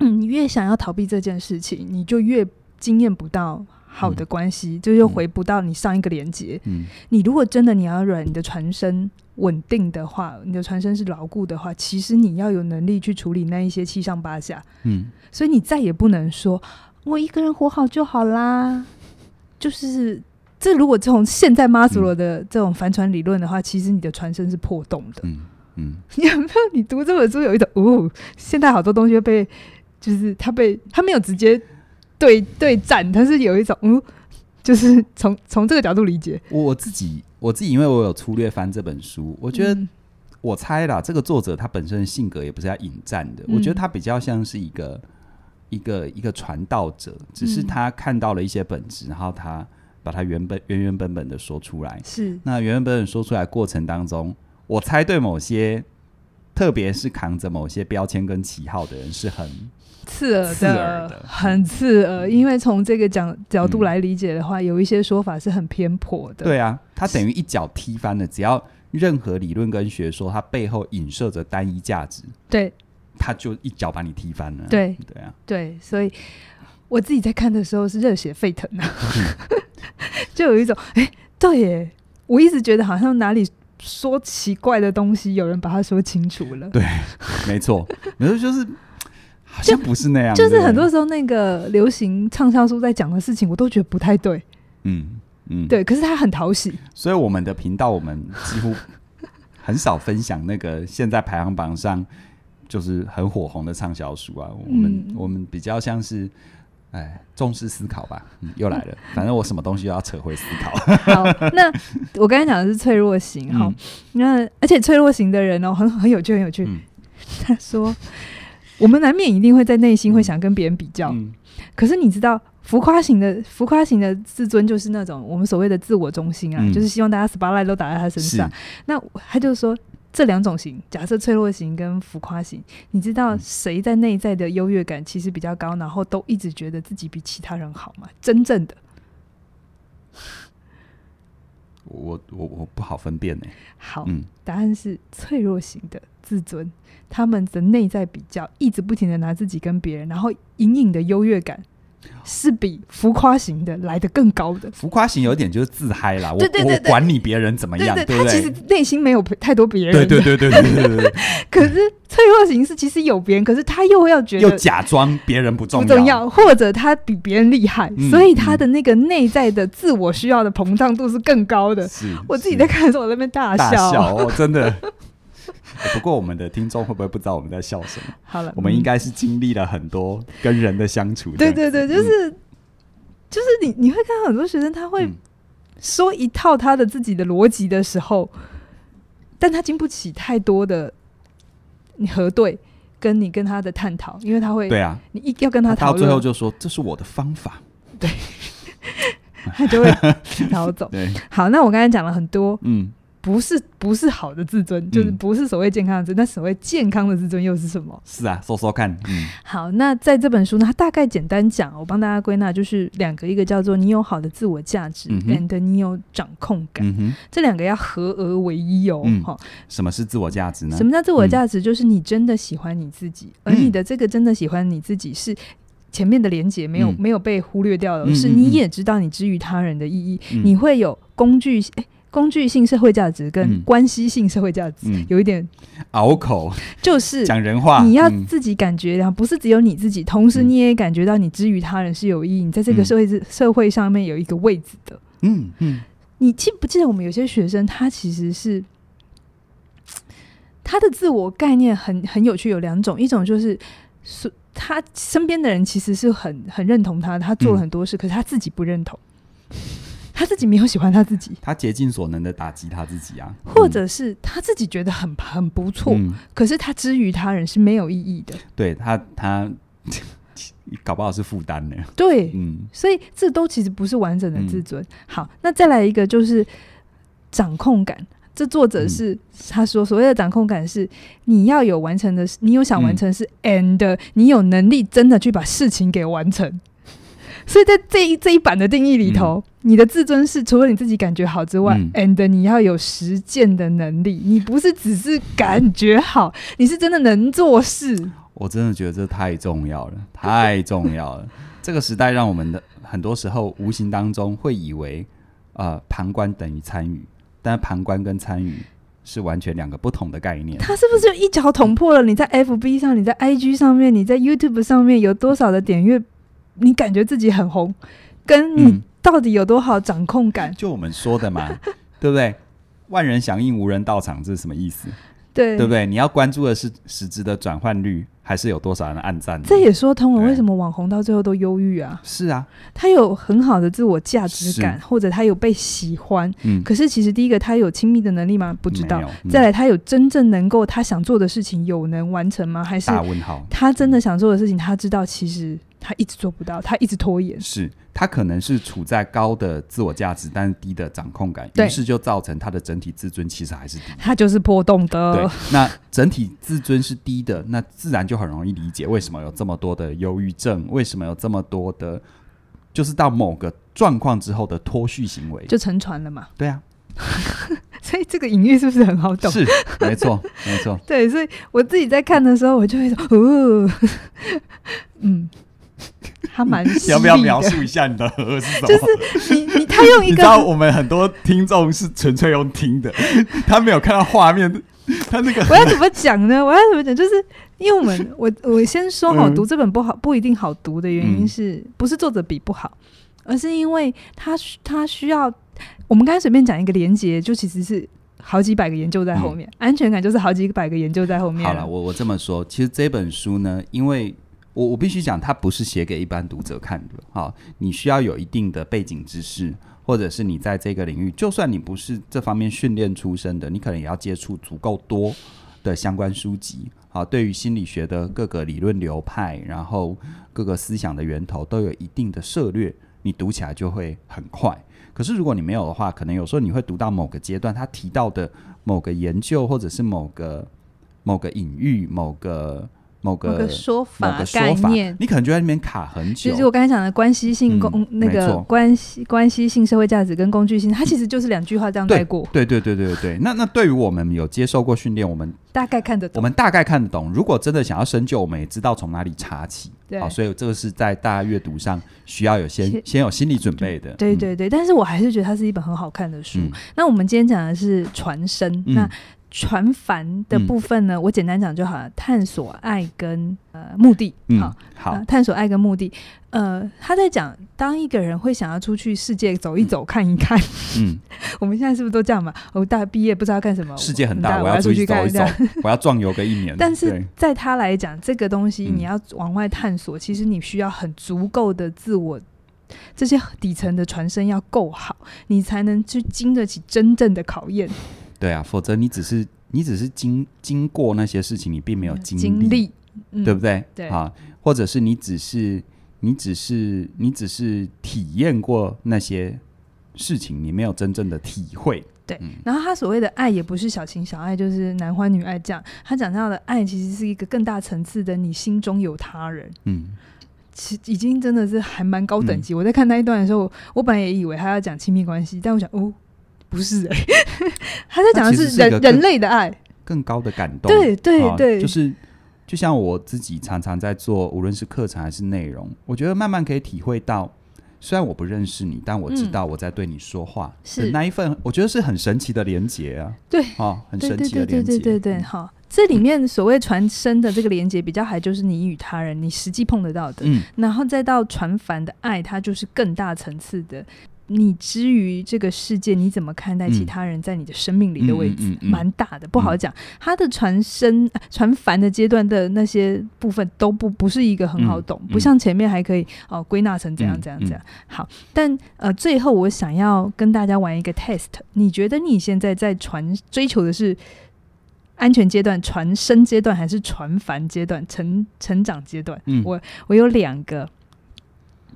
[SPEAKER 2] 嗯，你越想要逃避这件事情，你就越经验不到好的关系，就又回不到你上一个连接。
[SPEAKER 1] 嗯
[SPEAKER 2] 你如果真的你要让你的船身稳定的话，你的船身是牢固的话，其实你要有能力去处理那一些七上八下。
[SPEAKER 1] 嗯，
[SPEAKER 2] 所以你再也不能说我一个人活好就好啦。 就是这，如果从现在马斯洛的这种帆船理论的话，其实你的船身是破洞的。
[SPEAKER 1] 嗯嗯，
[SPEAKER 2] 你有没有？ 你读这本书有一种，哦，现在好多东西被，就是他被他没有直接对对战，但是有一种，嗯，就是从从这个角度理解。
[SPEAKER 1] 我我自己我自己因为我有粗略翻这本书，我
[SPEAKER 2] 我
[SPEAKER 1] 觉得我猜啦，这个作者他本身的性格也不是要引战的，
[SPEAKER 2] 嗯
[SPEAKER 1] 我觉得他比较像是一个一个一个传道者，只是
[SPEAKER 2] 嗯
[SPEAKER 1] 他看到了一些本质，然后他把它原本原原本本的说出来。
[SPEAKER 2] 是
[SPEAKER 1] 那原原本本说出来的过程当中，我猜对某些，特别是扛着某些标签跟旗号的人是很
[SPEAKER 2] 刺耳的，
[SPEAKER 1] 刺耳的
[SPEAKER 2] 很刺耳。因为从这个角角度
[SPEAKER 1] 嗯
[SPEAKER 2] 来理解的话，有一些说法是很偏颇的。
[SPEAKER 1] 对啊，他等于一脚踢翻了，只要任何理论跟学说，它背后影射着单一价值，
[SPEAKER 2] 对
[SPEAKER 1] 他就一脚把你踢翻了。
[SPEAKER 2] 对
[SPEAKER 1] 对啊，
[SPEAKER 2] 对，所以我自己在看的时候是热血沸腾 啊，就有一种哎、对耶，我一直觉得好像哪里说奇怪的东西，有人把它说清楚了。
[SPEAKER 1] 对没错，没错，就是好像不是那样，
[SPEAKER 2] 就是
[SPEAKER 1] 对不对
[SPEAKER 2] 很多时候那个流行畅销书在讲的事情，我都觉得不太对，
[SPEAKER 1] 嗯嗯，，
[SPEAKER 2] 对，可是他很讨喜，
[SPEAKER 1] 所以我们的频道我们几乎很少分享那个现在排行榜上就是很火红的畅销书啊，我们、
[SPEAKER 2] 嗯
[SPEAKER 1] 我们比较像是。哎，重视思考吧，嗯、又来 了。反正我什么东西都要扯回思考。
[SPEAKER 2] 好，那我刚才讲的是脆弱型，好，
[SPEAKER 1] 嗯
[SPEAKER 2] 那而且脆弱型的人哦，很很有趣，很有趣。
[SPEAKER 1] 嗯
[SPEAKER 2] 他说，我们难免一定会在内心会想跟别人比较，
[SPEAKER 1] 嗯
[SPEAKER 2] 可是你知道，浮夸型的浮夸型的自尊就是那种我们所谓的自我中心啊，
[SPEAKER 1] 嗯
[SPEAKER 2] 就是希望大家 spotlight 都打在他身
[SPEAKER 1] 是
[SPEAKER 2] 上。那他就说这两种型，假设脆弱型跟浮夸型，你知
[SPEAKER 1] 嗯
[SPEAKER 2] 道谁在内在的优越感其实比较高，然后都一直觉得自己比其他人好吗？真正的
[SPEAKER 1] 我我我不好分辨呢、
[SPEAKER 2] 好，
[SPEAKER 1] 嗯
[SPEAKER 2] 答案是脆弱型的自尊，他们的内在比较一直不停的拿自己跟别人，然后隐隐的优越感是比浮夸型的来的更高的。
[SPEAKER 1] 浮夸型有点就是自嗨啦，我
[SPEAKER 2] 对对对
[SPEAKER 1] 我
[SPEAKER 2] 对
[SPEAKER 1] 管你别人怎么样，
[SPEAKER 2] 对
[SPEAKER 1] 不
[SPEAKER 2] 他其实
[SPEAKER 1] 对？
[SPEAKER 2] 内心没有太多别人的，
[SPEAKER 1] 对对对对对对对对，
[SPEAKER 2] 可是脆弱型是其实有别人，可是他又要 觉
[SPEAKER 1] 又
[SPEAKER 2] 得
[SPEAKER 1] 假装别人不重
[SPEAKER 2] 不
[SPEAKER 1] 要，
[SPEAKER 2] 重要，或者他比别人厉害，
[SPEAKER 1] 嗯
[SPEAKER 2] 所以他的那个内在的自我需要的膨胀度是更高的。
[SPEAKER 1] 是
[SPEAKER 2] 我自己
[SPEAKER 1] 是
[SPEAKER 2] 在看的时候，我在那边大
[SPEAKER 1] 大
[SPEAKER 2] 笑。
[SPEAKER 1] 笑哦，真的。 哎不过我们的听众会不会不知道我们在笑什么？
[SPEAKER 2] 好了，
[SPEAKER 1] 我们应
[SPEAKER 2] 嗯
[SPEAKER 1] 该是经历了很多跟人的相处。
[SPEAKER 2] 对
[SPEAKER 1] 这样
[SPEAKER 2] 对
[SPEAKER 1] 子
[SPEAKER 2] 对，就是、就是你你会看到很多学生他会
[SPEAKER 1] 嗯
[SPEAKER 2] 说一套他的自己的逻辑的时候，但他经不起太多的你核对，跟你跟他的探讨，因为他会
[SPEAKER 1] 对啊，
[SPEAKER 2] 你一要跟
[SPEAKER 1] 他
[SPEAKER 2] 他
[SPEAKER 1] 到
[SPEAKER 2] 讨
[SPEAKER 1] 最后
[SPEAKER 2] 论，
[SPEAKER 1] 就说这是我的方法。
[SPEAKER 2] 他 就会逃走。
[SPEAKER 1] 对，
[SPEAKER 2] 好，那我刚才讲了很多，
[SPEAKER 1] 嗯，
[SPEAKER 2] 不是不是好的自尊，就是
[SPEAKER 1] 嗯
[SPEAKER 2] 不是所谓健康的自尊，那所谓健康的自尊又是什么？
[SPEAKER 1] 是啊，说说看， 嗯
[SPEAKER 2] 好，那在这本书呢，它大概简单讲，我帮大家归纳就是两个，一个叫做你有好的自我价值、
[SPEAKER 1] 嗯
[SPEAKER 2] a
[SPEAKER 1] 哼
[SPEAKER 2] n d 你有掌控感，
[SPEAKER 1] 嗯哼，
[SPEAKER 2] 这两个要合而为一哦。
[SPEAKER 1] 嗯
[SPEAKER 2] 哈、
[SPEAKER 1] 什么是自我价值呢
[SPEAKER 2] 什？么叫自我价值？就是你真的喜欢你自己，而
[SPEAKER 1] 嗯
[SPEAKER 2] 你的这个真的喜欢你自己是。前面的连接没有、
[SPEAKER 1] 嗯
[SPEAKER 2] 没有被忽略掉的，
[SPEAKER 1] 嗯
[SPEAKER 2] 是
[SPEAKER 1] 嗯
[SPEAKER 2] 你
[SPEAKER 1] 嗯
[SPEAKER 2] 也知道你之于他人的意义，
[SPEAKER 1] 嗯
[SPEAKER 2] 你会有工具诶工具性社会价值跟
[SPEAKER 1] 嗯
[SPEAKER 2] 关系性社会价值，
[SPEAKER 1] 嗯
[SPEAKER 2] 有一点
[SPEAKER 1] 拗口
[SPEAKER 2] 就是
[SPEAKER 1] 讲人话，
[SPEAKER 2] 你要
[SPEAKER 1] 嗯
[SPEAKER 2] 自己感觉，然后不是只有你自己，同时
[SPEAKER 1] 嗯
[SPEAKER 2] 你也感觉到你之于他人是有意义，你在这个
[SPEAKER 1] 嗯
[SPEAKER 2] 社会之、社会上面有一个位置的。
[SPEAKER 1] 嗯嗯
[SPEAKER 2] 你记不记得我们有些学生，他其实是他的自我概念很很有趣，有两种，一种就是是他身边的人其实是很很认同他，他做
[SPEAKER 1] 嗯
[SPEAKER 2] 了很多事，可是他自己不认同，他自己没有喜欢他自己，
[SPEAKER 1] 他竭尽所能的打击他自己啊，
[SPEAKER 2] 或者是他自己觉得很很不错，
[SPEAKER 1] 嗯嗯
[SPEAKER 2] 可是他之于他人是没有意义的。
[SPEAKER 1] 对他他 搞不好是负担呢，
[SPEAKER 2] 对，
[SPEAKER 1] 嗯
[SPEAKER 2] 所以这都其实不是完整的
[SPEAKER 1] 嗯
[SPEAKER 2] 自尊。好，那再来一个就是掌控感。这作者是、
[SPEAKER 1] 嗯
[SPEAKER 2] 他说所谓的掌控感是你要有完成的事，你有
[SPEAKER 1] 嗯
[SPEAKER 2] 想完成的事、and 你有能力真的去把事情给完成。 所以在这一这一版的定义里头，你的自尊是除了你自己感觉好之外、
[SPEAKER 1] 嗯
[SPEAKER 2] a n d 你要有实践的能力，你不是只是感觉好，你是真的能做事。
[SPEAKER 1] 我真的觉得这太重要了，太重要了。 这个时代让我们的很多时候无形当中会以为，呃，旁观等于参与，但旁观跟参与是完全两个不同的概 念。
[SPEAKER 2] 他是不是就一脚捅破了你在 FB 上、你在 IG 上面、你在 YouTube 上面有多少的点阅？你感觉自己很红，跟你
[SPEAKER 1] 嗯
[SPEAKER 2] 到底有多好掌控感？
[SPEAKER 1] 就我们说的嘛，对不对？万人响应，无人到场，这是什么意思？
[SPEAKER 2] 对，
[SPEAKER 1] 对不对？你要关注的是实质的转换率，还是有多少人按赞呢？
[SPEAKER 2] 这也说通了
[SPEAKER 1] 对
[SPEAKER 2] 为什么网红到最后都忧郁啊。
[SPEAKER 1] 是啊，
[SPEAKER 2] 他有很好的自我价值感，或者他有被喜欢。
[SPEAKER 1] 嗯，
[SPEAKER 2] 可是其实第一个，他有亲密的能力吗？不知道
[SPEAKER 1] 没。有，嗯
[SPEAKER 2] 再来，他有真正能够他想做的事情有能完成吗？还是
[SPEAKER 1] 大问号。
[SPEAKER 2] 他真的想做的事情，他知道其实他一直做不到，他一直拖延。
[SPEAKER 1] 是他可能是处在高的自我价值，但是低的掌控感，
[SPEAKER 2] 对
[SPEAKER 1] 于是就造成他的整体自尊其实还是低。
[SPEAKER 2] 他就是波动
[SPEAKER 1] 对
[SPEAKER 2] 的，，
[SPEAKER 1] 那整体自尊是低的，那自然就很容易理解为什么有这么多的忧郁症，为什么有这么多的，就是到某个状况之后的脱序行为。
[SPEAKER 2] 就沉船了嘛。
[SPEAKER 1] 对啊，
[SPEAKER 2] 所以这个隐喻是不是很好懂？
[SPEAKER 1] 是没错，没 错。
[SPEAKER 2] 对，所以我自己在看的时候，我就会说，哦， 嗯，他蛮
[SPEAKER 1] 你要不要
[SPEAKER 2] 犀利的
[SPEAKER 1] 描？述一下你的和是什么？
[SPEAKER 2] 就是 你你他用一
[SPEAKER 1] 你知道
[SPEAKER 2] 个，
[SPEAKER 1] 我们很多听众是纯粹用听的， 他没有看到画面， 他那个
[SPEAKER 2] 我要怎么讲呢？我要怎么讲？就是因为我们我我先说哈，
[SPEAKER 1] 嗯
[SPEAKER 2] 读这本不好不一定好读的原因
[SPEAKER 1] 嗯
[SPEAKER 2] 是、不是作者笔不好，而是因为他需他需要我们刚才随便讲一个连接，就其实是。好几百个研究在后面，安全感就是好几百个研究在后面。
[SPEAKER 1] 嗯好了，我我这么说，其实这本书呢，因为我我必须讲，它不是写给一般读者看的。好，你需要有一定的背景知识，或者是你在这个领域，就算你不是这方面训练出身的，你可能也要接触足够多的相关书籍。啊，对于心理学的各个理论流派，然后各个思想的源头都有一定的涉略，你读起来就会很快。可是如果你没有的话，可能有时候你会读到某个阶段，他提到的某个研究，或者是某个某个隐喻、某个某
[SPEAKER 2] 某
[SPEAKER 1] 个
[SPEAKER 2] 说
[SPEAKER 1] 某
[SPEAKER 2] 法
[SPEAKER 1] 个说
[SPEAKER 2] 概
[SPEAKER 1] 法
[SPEAKER 2] 念，。
[SPEAKER 1] 你可能就在那边卡很久。
[SPEAKER 2] 就是我刚才讲的关系性
[SPEAKER 1] 嗯
[SPEAKER 2] 工、那
[SPEAKER 1] 没
[SPEAKER 2] 个
[SPEAKER 1] 错
[SPEAKER 2] 关系关系性社会价值跟工具性，它其实就是两句话这样带过，
[SPEAKER 1] 对对对对对，那那对于我们有接受过训练，我们
[SPEAKER 2] 大概看得
[SPEAKER 1] 我
[SPEAKER 2] 懂。
[SPEAKER 1] 们大概看得懂。如果真的想要深究，我们也知道从哪里查起。
[SPEAKER 2] 对
[SPEAKER 1] 好，所以这个是在大家阅读上需要有先
[SPEAKER 2] 先
[SPEAKER 1] 先有心理准备的。
[SPEAKER 2] 对
[SPEAKER 1] 嗯，
[SPEAKER 2] 对对，但是我还是觉得它是一本很好看的书。
[SPEAKER 1] 嗯
[SPEAKER 2] 那我们今天讲的是传声，
[SPEAKER 1] 嗯
[SPEAKER 2] 那传凡的部分呢，我简单讲就好了。探索爱跟呃目的，好
[SPEAKER 1] 嗯，，好
[SPEAKER 2] 呃，探索爱跟目的，呃，他在讲，当一个人会想要出去世界走一走、看一看，
[SPEAKER 1] 嗯，
[SPEAKER 2] 我们现在是不是都这样嘛？我、大毕业不知道干什么，
[SPEAKER 1] 世界很
[SPEAKER 2] 大，
[SPEAKER 1] 大，
[SPEAKER 2] 我
[SPEAKER 1] 我要出
[SPEAKER 2] 出
[SPEAKER 1] 去走
[SPEAKER 2] 看
[SPEAKER 1] 一走
[SPEAKER 2] 看。，
[SPEAKER 1] 我要壮游个一年。
[SPEAKER 2] 但是
[SPEAKER 1] 对
[SPEAKER 2] 在他来讲，这个东西
[SPEAKER 1] 嗯
[SPEAKER 2] 你要往外探索，其实你需要很足够的自我，这些底层的传声要够好，你才能去经得起真正的考验。
[SPEAKER 1] 对啊，否则你只是你只是经经过那些事情，你并没有经
[SPEAKER 2] 经历，嗯
[SPEAKER 1] 对不对？
[SPEAKER 2] 对
[SPEAKER 1] 啊，或者是你只是你只是你只是体验过那些事情，你没有真正的体会。
[SPEAKER 2] 然后他所谓的爱也不是小情小爱，就是男欢女爱这样。他讲到的爱其实是一个更大层次的，你心中有他人，
[SPEAKER 1] 嗯，
[SPEAKER 2] 其已经真的是还蛮高等级。我在看那一段的时候，我本来也以为他要讲亲密关系，但我想哦，不是、欸， 他在讲
[SPEAKER 1] 那
[SPEAKER 2] 的
[SPEAKER 1] 其实
[SPEAKER 2] 是
[SPEAKER 1] 是一
[SPEAKER 2] 人
[SPEAKER 1] 个更
[SPEAKER 2] 人类的爱，
[SPEAKER 1] 更高的感动。
[SPEAKER 2] 对对
[SPEAKER 1] 啊
[SPEAKER 2] 对
[SPEAKER 1] 就是就像我自己常常在做，无论是课程还是内容，我觉得慢慢可以体会到，虽然我不认识你，但我知道我在对你说话，
[SPEAKER 2] 嗯是
[SPEAKER 1] 的那一份，我觉得是很神奇的连接啊，
[SPEAKER 2] 对，
[SPEAKER 1] 哦，很
[SPEAKER 2] 对
[SPEAKER 1] 神
[SPEAKER 2] 对
[SPEAKER 1] 奇的
[SPEAKER 2] 对对
[SPEAKER 1] 连接，嗯
[SPEAKER 2] 对对对，好。这里面所谓传声的这个连接比较还就是你与他人，你实际碰得到的，
[SPEAKER 1] 嗯，
[SPEAKER 2] 然后再到传凡的爱，它就是更大层次的。你之于这个世界，你怎么看待
[SPEAKER 1] 嗯
[SPEAKER 2] 其他人在你的生命里的位置？
[SPEAKER 1] 嗯嗯嗯嗯
[SPEAKER 2] 蛮大的，不好讲。它的传身、呃传凡的阶段的那些部分都不不是一个很好懂，
[SPEAKER 1] 嗯嗯嗯
[SPEAKER 2] 不像前面还可以哦归纳成怎样怎样怎样。好，但呃，最后我想要跟大家玩一个 test，你觉得你现在在传追求的是？安全阶段、传身阶段还是传凡阶段、成成长阶段？
[SPEAKER 1] 嗯
[SPEAKER 2] 我有两个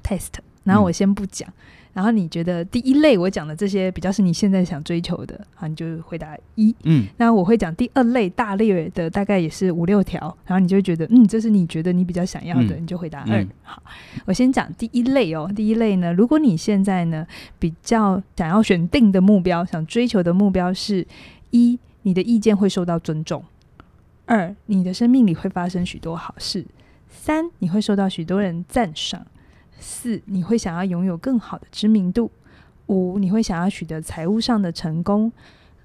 [SPEAKER 2] test，然后我先不讲，然后你觉得第一类我讲的这些比较是你现在想追求的，好，你就回答一。
[SPEAKER 1] 嗯
[SPEAKER 2] 那我会讲第二类大略的，大概也是五六条，然后你就会觉得，嗯，这是你觉得你比较想要的，
[SPEAKER 1] 嗯
[SPEAKER 2] 你就回答二。
[SPEAKER 1] 嗯
[SPEAKER 2] 好，我先讲第一类哦。第一类呢，如果你现在呢比较想要选定的目标，想追求的目标是一，你的意见会受到尊重；二，你的生命里会发生许多好事；三，你会受到许多人赞赏；四，你会想要拥有更好的知名度；五，你会想要取得财务上的成功；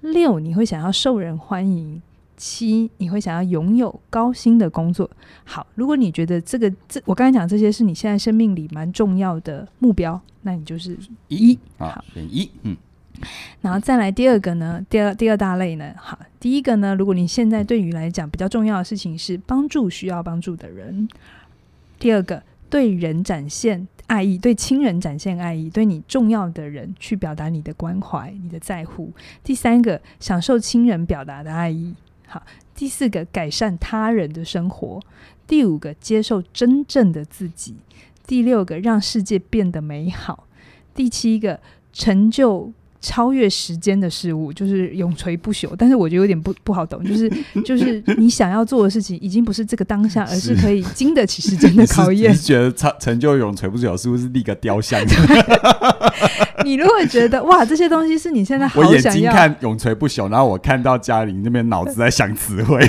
[SPEAKER 2] 六，你会想要受人欢迎；七，你会想要拥有高薪的工作。好，如果你觉得这个这我刚才讲这些是你现在生命里蛮重要的目标，那你就是一
[SPEAKER 1] 一啊
[SPEAKER 2] 好，
[SPEAKER 1] 选一，嗯
[SPEAKER 2] 然后再来第二个呢，第二第二大类呢，好，第一个呢，如果你现在对于来讲比较重要的事情是帮助需要帮助的人，第二个对人展现爱意，对亲人展现爱意，对你重要的人去表达你的关怀、你的在乎，第三个享受亲人表达的爱意，好，第四个改善他人的生活，第五个接受真正的自己，第六个让世界变得美好，第七个成就超越时间的事物，就是永垂不朽。但是我觉得有点不不好懂，就是 就是你想要做的事情，已经不是这个当下，而是
[SPEAKER 1] 是
[SPEAKER 2] 可以经得起时间的考验
[SPEAKER 1] 你是。觉得成成就永垂不朽，是不是立个雕像？
[SPEAKER 2] 你如果觉得哇，这些东西是你现在好
[SPEAKER 1] 我眼
[SPEAKER 2] 想
[SPEAKER 1] 睛
[SPEAKER 2] 要，
[SPEAKER 1] 看永垂不朽，然后我看到嘉玲那边脑子在想词 汇，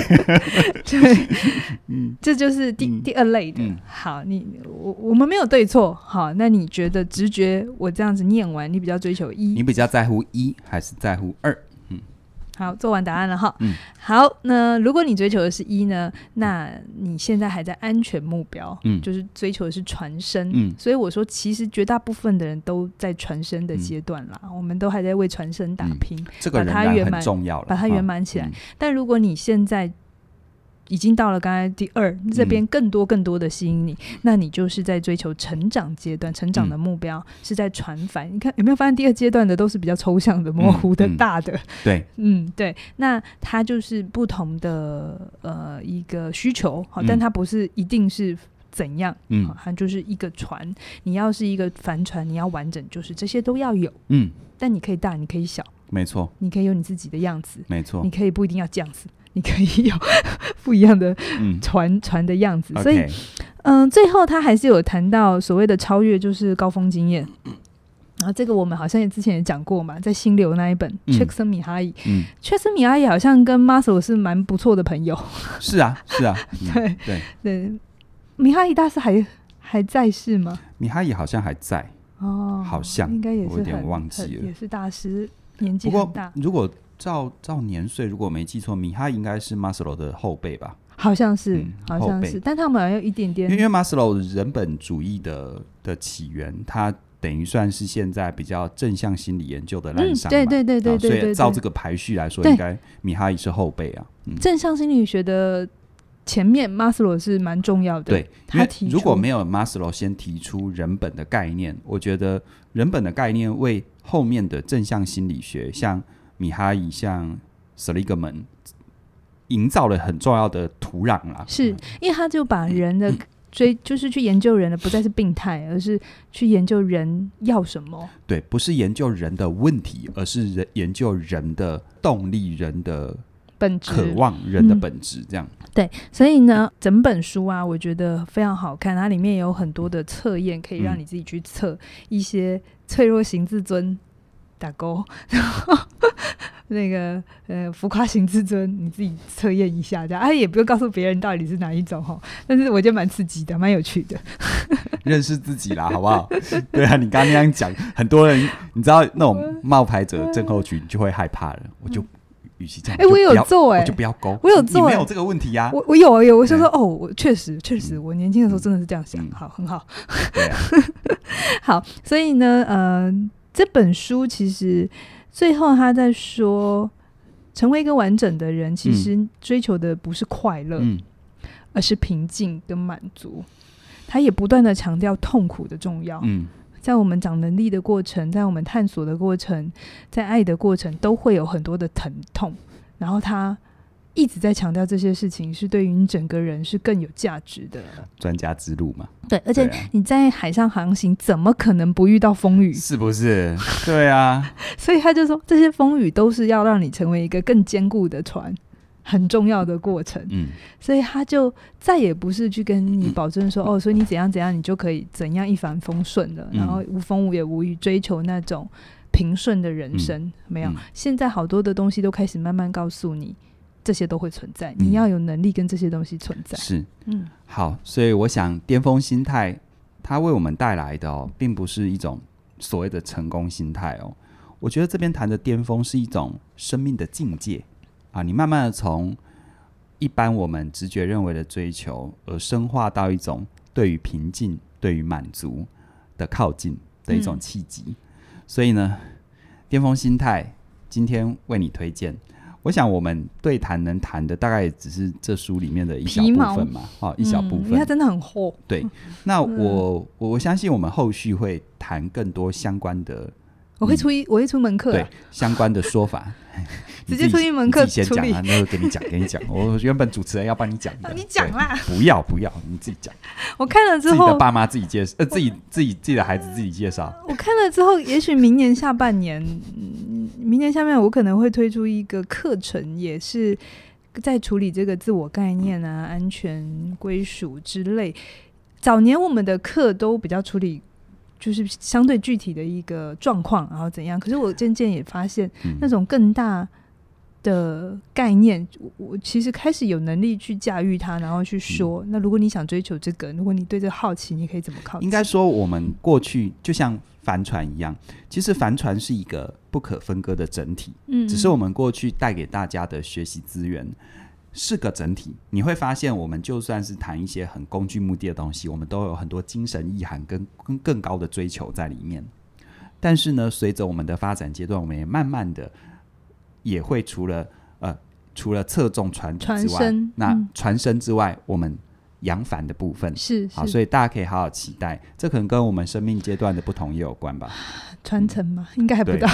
[SPEAKER 2] 对，这就是第、
[SPEAKER 1] 嗯
[SPEAKER 2] 第二类的。
[SPEAKER 1] 嗯
[SPEAKER 2] 好，你我我们没有对错。好，那你觉得直觉我这样子念完，你比较追求
[SPEAKER 1] 你
[SPEAKER 2] 一？
[SPEAKER 1] 比较在乎一还是在乎二？
[SPEAKER 2] 好，做完答案了哈。
[SPEAKER 1] 嗯
[SPEAKER 2] 好，那如果你追求的是一呢，那你现在还在安全目标，
[SPEAKER 1] 嗯
[SPEAKER 2] 就是追求的是传声。
[SPEAKER 1] 嗯
[SPEAKER 2] 所以我说，其实绝大部分的人都在传声的阶段啦，我们都还在为传声打
[SPEAKER 1] 嗯
[SPEAKER 2] 拼，
[SPEAKER 1] 这个
[SPEAKER 2] 把
[SPEAKER 1] 仍
[SPEAKER 2] 它
[SPEAKER 1] 然
[SPEAKER 2] 圆
[SPEAKER 1] 很
[SPEAKER 2] 满
[SPEAKER 1] 重要了，
[SPEAKER 2] 把它
[SPEAKER 1] 啊
[SPEAKER 2] 圆满起来。
[SPEAKER 1] 嗯
[SPEAKER 2] 但如果你现在已经到了刚才第二，这边更多更多的吸引你，那你就是在追求成长阶段，成长的
[SPEAKER 1] 嗯
[SPEAKER 2] 目标、是在传繁。你看有没有发现第二阶段的都是比较抽象的、模糊的、
[SPEAKER 1] 嗯嗯
[SPEAKER 2] 大的？
[SPEAKER 1] 对，
[SPEAKER 2] 嗯，对，那它就是不同的呃一个需求，好，但
[SPEAKER 1] 嗯
[SPEAKER 2] 它不是一定是怎样，
[SPEAKER 1] 嗯
[SPEAKER 2] 好它就是一个船。你要是一个帆船，你要完整，就是这些都要有，
[SPEAKER 1] 嗯，
[SPEAKER 2] 但你可以大，你可以小，
[SPEAKER 1] 没错，
[SPEAKER 2] 你可以有你自己的样子，
[SPEAKER 1] 没错
[SPEAKER 2] 你，可以不一定要这样子，你可以有 不一样的
[SPEAKER 1] 嗯
[SPEAKER 2] 船船的样子。所以，
[SPEAKER 1] ，OK，
[SPEAKER 2] 嗯、最后他还是有谈到所谓的超越，就是高峰 经验。然后这个我们好像也之前也讲过嘛，在心流那一本
[SPEAKER 1] 嗯
[SPEAKER 2] c h e c k s o n 米哈伊，
[SPEAKER 1] 嗯，
[SPEAKER 2] 确实，米阿姨好像跟 Muscle 是蛮不错的 朋友。
[SPEAKER 1] 是啊，是啊，嗯
[SPEAKER 2] 对
[SPEAKER 1] 对，
[SPEAKER 2] 对，米阿姨大师还还在世吗？
[SPEAKER 1] 米哈伊好像还在，
[SPEAKER 2] 哦，
[SPEAKER 1] 好像
[SPEAKER 2] 应该也是
[SPEAKER 1] 我有点
[SPEAKER 2] 很
[SPEAKER 1] 忘记
[SPEAKER 2] 很
[SPEAKER 1] 了
[SPEAKER 2] 也是大师，年纪
[SPEAKER 1] 不
[SPEAKER 2] 很
[SPEAKER 1] 过
[SPEAKER 2] 大，
[SPEAKER 1] 如果照照年岁，如果没记错，米哈伊应该是马斯洛的后辈吧？
[SPEAKER 2] 好像是、
[SPEAKER 1] 嗯
[SPEAKER 2] 好
[SPEAKER 1] 后
[SPEAKER 2] 像
[SPEAKER 1] 辈
[SPEAKER 2] 是，但他们好像有一点
[SPEAKER 1] 因为因
[SPEAKER 2] 点，
[SPEAKER 1] 为马斯洛人本主义的的起源，它等于算是现在比较正向心理研究的滥
[SPEAKER 2] 嗯，
[SPEAKER 1] 觞嘛、
[SPEAKER 2] 对对对对
[SPEAKER 1] 啊
[SPEAKER 2] 对
[SPEAKER 1] 所
[SPEAKER 2] 对
[SPEAKER 1] 以照这
[SPEAKER 2] 对，
[SPEAKER 1] 个排序来说，
[SPEAKER 2] 对
[SPEAKER 1] 应该米哈伊是后辈啊。嗯，
[SPEAKER 2] 正向心理学的前面 Muscle 是蛮重要的，
[SPEAKER 1] 对，因
[SPEAKER 2] 他
[SPEAKER 1] 为
[SPEAKER 2] 提
[SPEAKER 1] 如果
[SPEAKER 2] 出
[SPEAKER 1] 没有 Maslow 先提出人本的概念，我觉得人本的概念为后面的正向心理学，像米哈伊、像 Seligman，营造了很重要的土壤啦。
[SPEAKER 2] 是因为他就把人的
[SPEAKER 1] 嗯
[SPEAKER 2] 追，就是去研究人的不再是病态，而是去研究人要什么。
[SPEAKER 1] 对，不是研究人的问题，而是人研究人的动力、人的
[SPEAKER 2] 本质
[SPEAKER 1] 渴望、人的
[SPEAKER 2] 嗯
[SPEAKER 1] 本质这样。
[SPEAKER 2] 对，所以呢，整本书啊，我觉得非常好看，它里面有很多的测验，可以让
[SPEAKER 1] 嗯
[SPEAKER 2] 你自己去测一些脆弱型自尊打勾， 然后那个呃浮夸型自尊，你自己测验一下，这样，哎、也不用告诉别人到底是哪一种哦，但是我觉得蛮刺激的，蛮有趣的。
[SPEAKER 1] 认识自己啦，好不好？ 对啊，你刚刚那样讲，很多人你知道那种冒牌者症候群就会害怕了。我就与其这样，
[SPEAKER 2] 哎、
[SPEAKER 1] 我
[SPEAKER 2] 嗯我
[SPEAKER 1] 就
[SPEAKER 2] 有
[SPEAKER 1] 不要
[SPEAKER 2] 做哎、
[SPEAKER 1] 哦我就不要勾，
[SPEAKER 2] 我有
[SPEAKER 1] 你
[SPEAKER 2] 做
[SPEAKER 1] 没
[SPEAKER 2] 欸
[SPEAKER 1] 有这个问题呀、
[SPEAKER 2] 我我有有，我就
[SPEAKER 1] 对
[SPEAKER 2] 说哦，我确实确实，
[SPEAKER 1] 嗯
[SPEAKER 2] 我年轻的时候真的是这样想，
[SPEAKER 1] 嗯
[SPEAKER 2] 好，很好。
[SPEAKER 1] 对啊，
[SPEAKER 2] 好，所以呢，呃，这本书其实最后他在说，成为一个完整的人，其实追求的不是快乐，
[SPEAKER 1] 嗯，
[SPEAKER 2] 而是平静跟满足。他也不断的强调痛苦的重要，
[SPEAKER 1] 嗯，
[SPEAKER 2] 在我们长能力的过程，在我们探索的过程，在爱的过程，都会有很多的疼痛。然后他一直在强调这些事情是对于你整个人是更有价值的。
[SPEAKER 1] 专家之路嘛，
[SPEAKER 2] 对，而
[SPEAKER 1] 对
[SPEAKER 2] 且
[SPEAKER 1] 啊，
[SPEAKER 2] 你在海上航行，怎么可能不遇到风雨？
[SPEAKER 1] 是不 是？对啊，
[SPEAKER 2] 所以他就说，这些风雨都是要让你成为一个更坚固的船，很重要的过程。
[SPEAKER 1] 嗯，
[SPEAKER 2] 所以他就再也不是去跟你保证说，哦，所以你怎样怎样，你就可以怎样一帆风顺的，
[SPEAKER 1] 嗯
[SPEAKER 2] 然后无风无也无雨，追求那种平顺的人生。没有
[SPEAKER 1] 嗯，
[SPEAKER 2] 现在好多的东西都开始慢慢告诉你，这些都会存在，
[SPEAKER 1] 嗯
[SPEAKER 2] 你要有能力跟这些东西存在。
[SPEAKER 1] 是
[SPEAKER 2] 嗯，
[SPEAKER 1] 好。所以我想，巅峰心态它为我们带来的哦，并不是一种所谓的成功心态哦。我觉得这边谈的巅峰是一种生命的境界啊，你慢慢的从一般我们直觉认为的追求，而深化到一种对于平静、对于满足的靠近的一种
[SPEAKER 2] 嗯
[SPEAKER 1] 契机。所以呢，巅峰心态今天为你推荐。我想我们对谈能谈的大概也只是这书里面的一小
[SPEAKER 2] 皮
[SPEAKER 1] 部
[SPEAKER 2] 毛
[SPEAKER 1] 分嘛，哦，一小部
[SPEAKER 2] 嗯因为
[SPEAKER 1] 分
[SPEAKER 2] 它。真的很厚。
[SPEAKER 1] 对，那
[SPEAKER 2] 嗯
[SPEAKER 1] 我我我相信我们后续会谈更多相关 的
[SPEAKER 2] 我会出一，我会出门课、
[SPEAKER 1] 嗯对
[SPEAKER 2] 啊，
[SPEAKER 1] 相关的说 法，你
[SPEAKER 2] 直接
[SPEAKER 1] 自己
[SPEAKER 2] 出一门课
[SPEAKER 1] 你自己先
[SPEAKER 2] 处
[SPEAKER 1] 讲
[SPEAKER 2] 理
[SPEAKER 1] 啊，那个给你讲，给你 讲。我原本主持人要帮你讲的，
[SPEAKER 2] 啊你讲啦
[SPEAKER 1] 对，不要不要，你自己讲，
[SPEAKER 2] 我看了
[SPEAKER 1] 自
[SPEAKER 2] 之
[SPEAKER 1] 己
[SPEAKER 2] 后
[SPEAKER 1] 的，爸妈自己介绍，呃，自己自己自己的孩子自己介绍。
[SPEAKER 2] 我看了之后，也许明年下半年，嗯明年下半年我可能会推出一个课程，也是在处理这个自我概念啊、安全归属之类。早年我们的课都比较处理。就是相对具体的一个状况，然后怎样？可是我渐渐也发现，
[SPEAKER 1] 嗯
[SPEAKER 2] 那种更大的概念，我我其实开始有能力去驾驭它，然后
[SPEAKER 1] 嗯
[SPEAKER 2] 去说。那如果你想追求这个，如果你对这个好奇，你可以怎么靠近？
[SPEAKER 1] 应该说，我们过去就像帆船一样，其实帆船是一个不可分割的整体，
[SPEAKER 2] 嗯，
[SPEAKER 1] 只是我们过去带给大家的学习资源是个整体。你会发现，我们就算是谈一些很工具目的的东西，我们都有很多精神意涵跟跟更高的追求在里面。但是呢，随着我们的发展阶段，我们也慢慢的也会除了呃除了侧重传递
[SPEAKER 2] 传
[SPEAKER 1] 之外
[SPEAKER 2] 声，
[SPEAKER 1] 那
[SPEAKER 2] 嗯
[SPEAKER 1] 传声之外，我们扬帆的部分。
[SPEAKER 2] 是
[SPEAKER 1] 好，
[SPEAKER 2] 是
[SPEAKER 1] 所以大家可以好好期待，这可能跟我们生命阶段的不同也有关吧。
[SPEAKER 2] 传承嘛， 应该还不
[SPEAKER 1] 对
[SPEAKER 2] 到。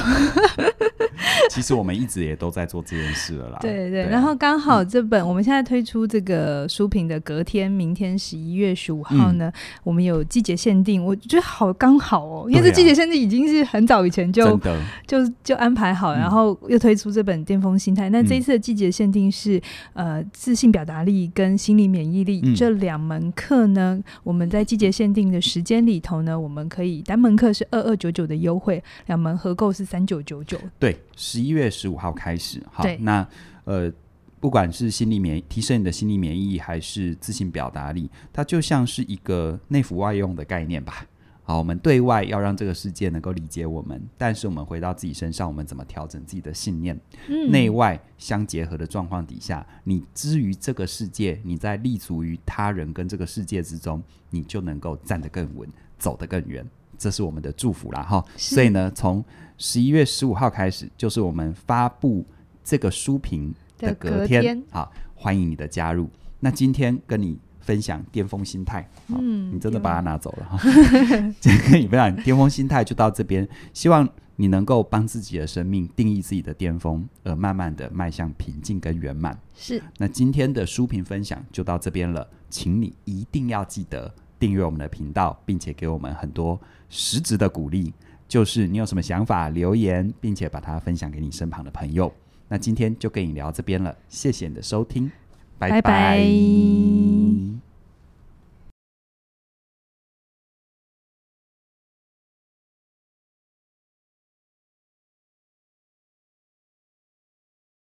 [SPEAKER 1] 其实我们一直也都在做这件事了啦。
[SPEAKER 2] 对对，
[SPEAKER 1] 啊
[SPEAKER 2] 然后刚好这本、我们现在推出这个书评的隔天，明天十一月十五号
[SPEAKER 1] 嗯
[SPEAKER 2] 呢，我们有季节限定，我觉得好刚好哦，因为
[SPEAKER 1] 对啊
[SPEAKER 2] 这季节限定已经是很早以前就、
[SPEAKER 1] 真的
[SPEAKER 2] 就就安排好，
[SPEAKER 1] 嗯
[SPEAKER 2] 然后又推出这本《巅峰心态》。那这一次的季节限定是、呃自信表达力跟心理免疫力、
[SPEAKER 1] 嗯
[SPEAKER 2] 这两门课呢，我们在季节限定的时间里头呢，我们可以单门课是二二九九的优惠，两门合购是三九九九。
[SPEAKER 1] 对，十一月十五号开始。好
[SPEAKER 2] 对，
[SPEAKER 1] 那呃，不管是心理免提升你的心理免疫，还是自信表达力，它就像是一个内服外用的概念吧。好，我们对外要让这个世界能够理解我们，但是我们回到自己身上，我们怎么调整自己的信念？
[SPEAKER 2] 嗯
[SPEAKER 1] 内外相结合的状况底下，你之于这个世界，你在立足于他人跟这个世界之中，你就能够站得更稳，走得更远。这是我们的祝福啦，哈。
[SPEAKER 2] 是
[SPEAKER 1] 所以呢，从十一月十五号开始，就是我们发布这个书评的
[SPEAKER 2] 的隔
[SPEAKER 1] 隔天，
[SPEAKER 2] 天
[SPEAKER 1] 好，欢迎你的加入。那今天跟你分享巅峰心态，好
[SPEAKER 2] 嗯
[SPEAKER 1] 你真的
[SPEAKER 2] 巅峰
[SPEAKER 1] 把它拿走了哈。 今天跟你分享巅峰心态就到这边，希望你能够帮自己的生命定义自己的巅峰，而慢慢的迈向平静跟圆满。
[SPEAKER 2] 是
[SPEAKER 1] 那今天的书评分享就到这边了，请你一定要记得订阅我们的频道，并且给我们很多实质的鼓励。就是你有什么想法，留言，并且把它分享给你身旁的朋友。那今天就跟你聊这边了，谢谢你的收听，拜
[SPEAKER 2] 拜拜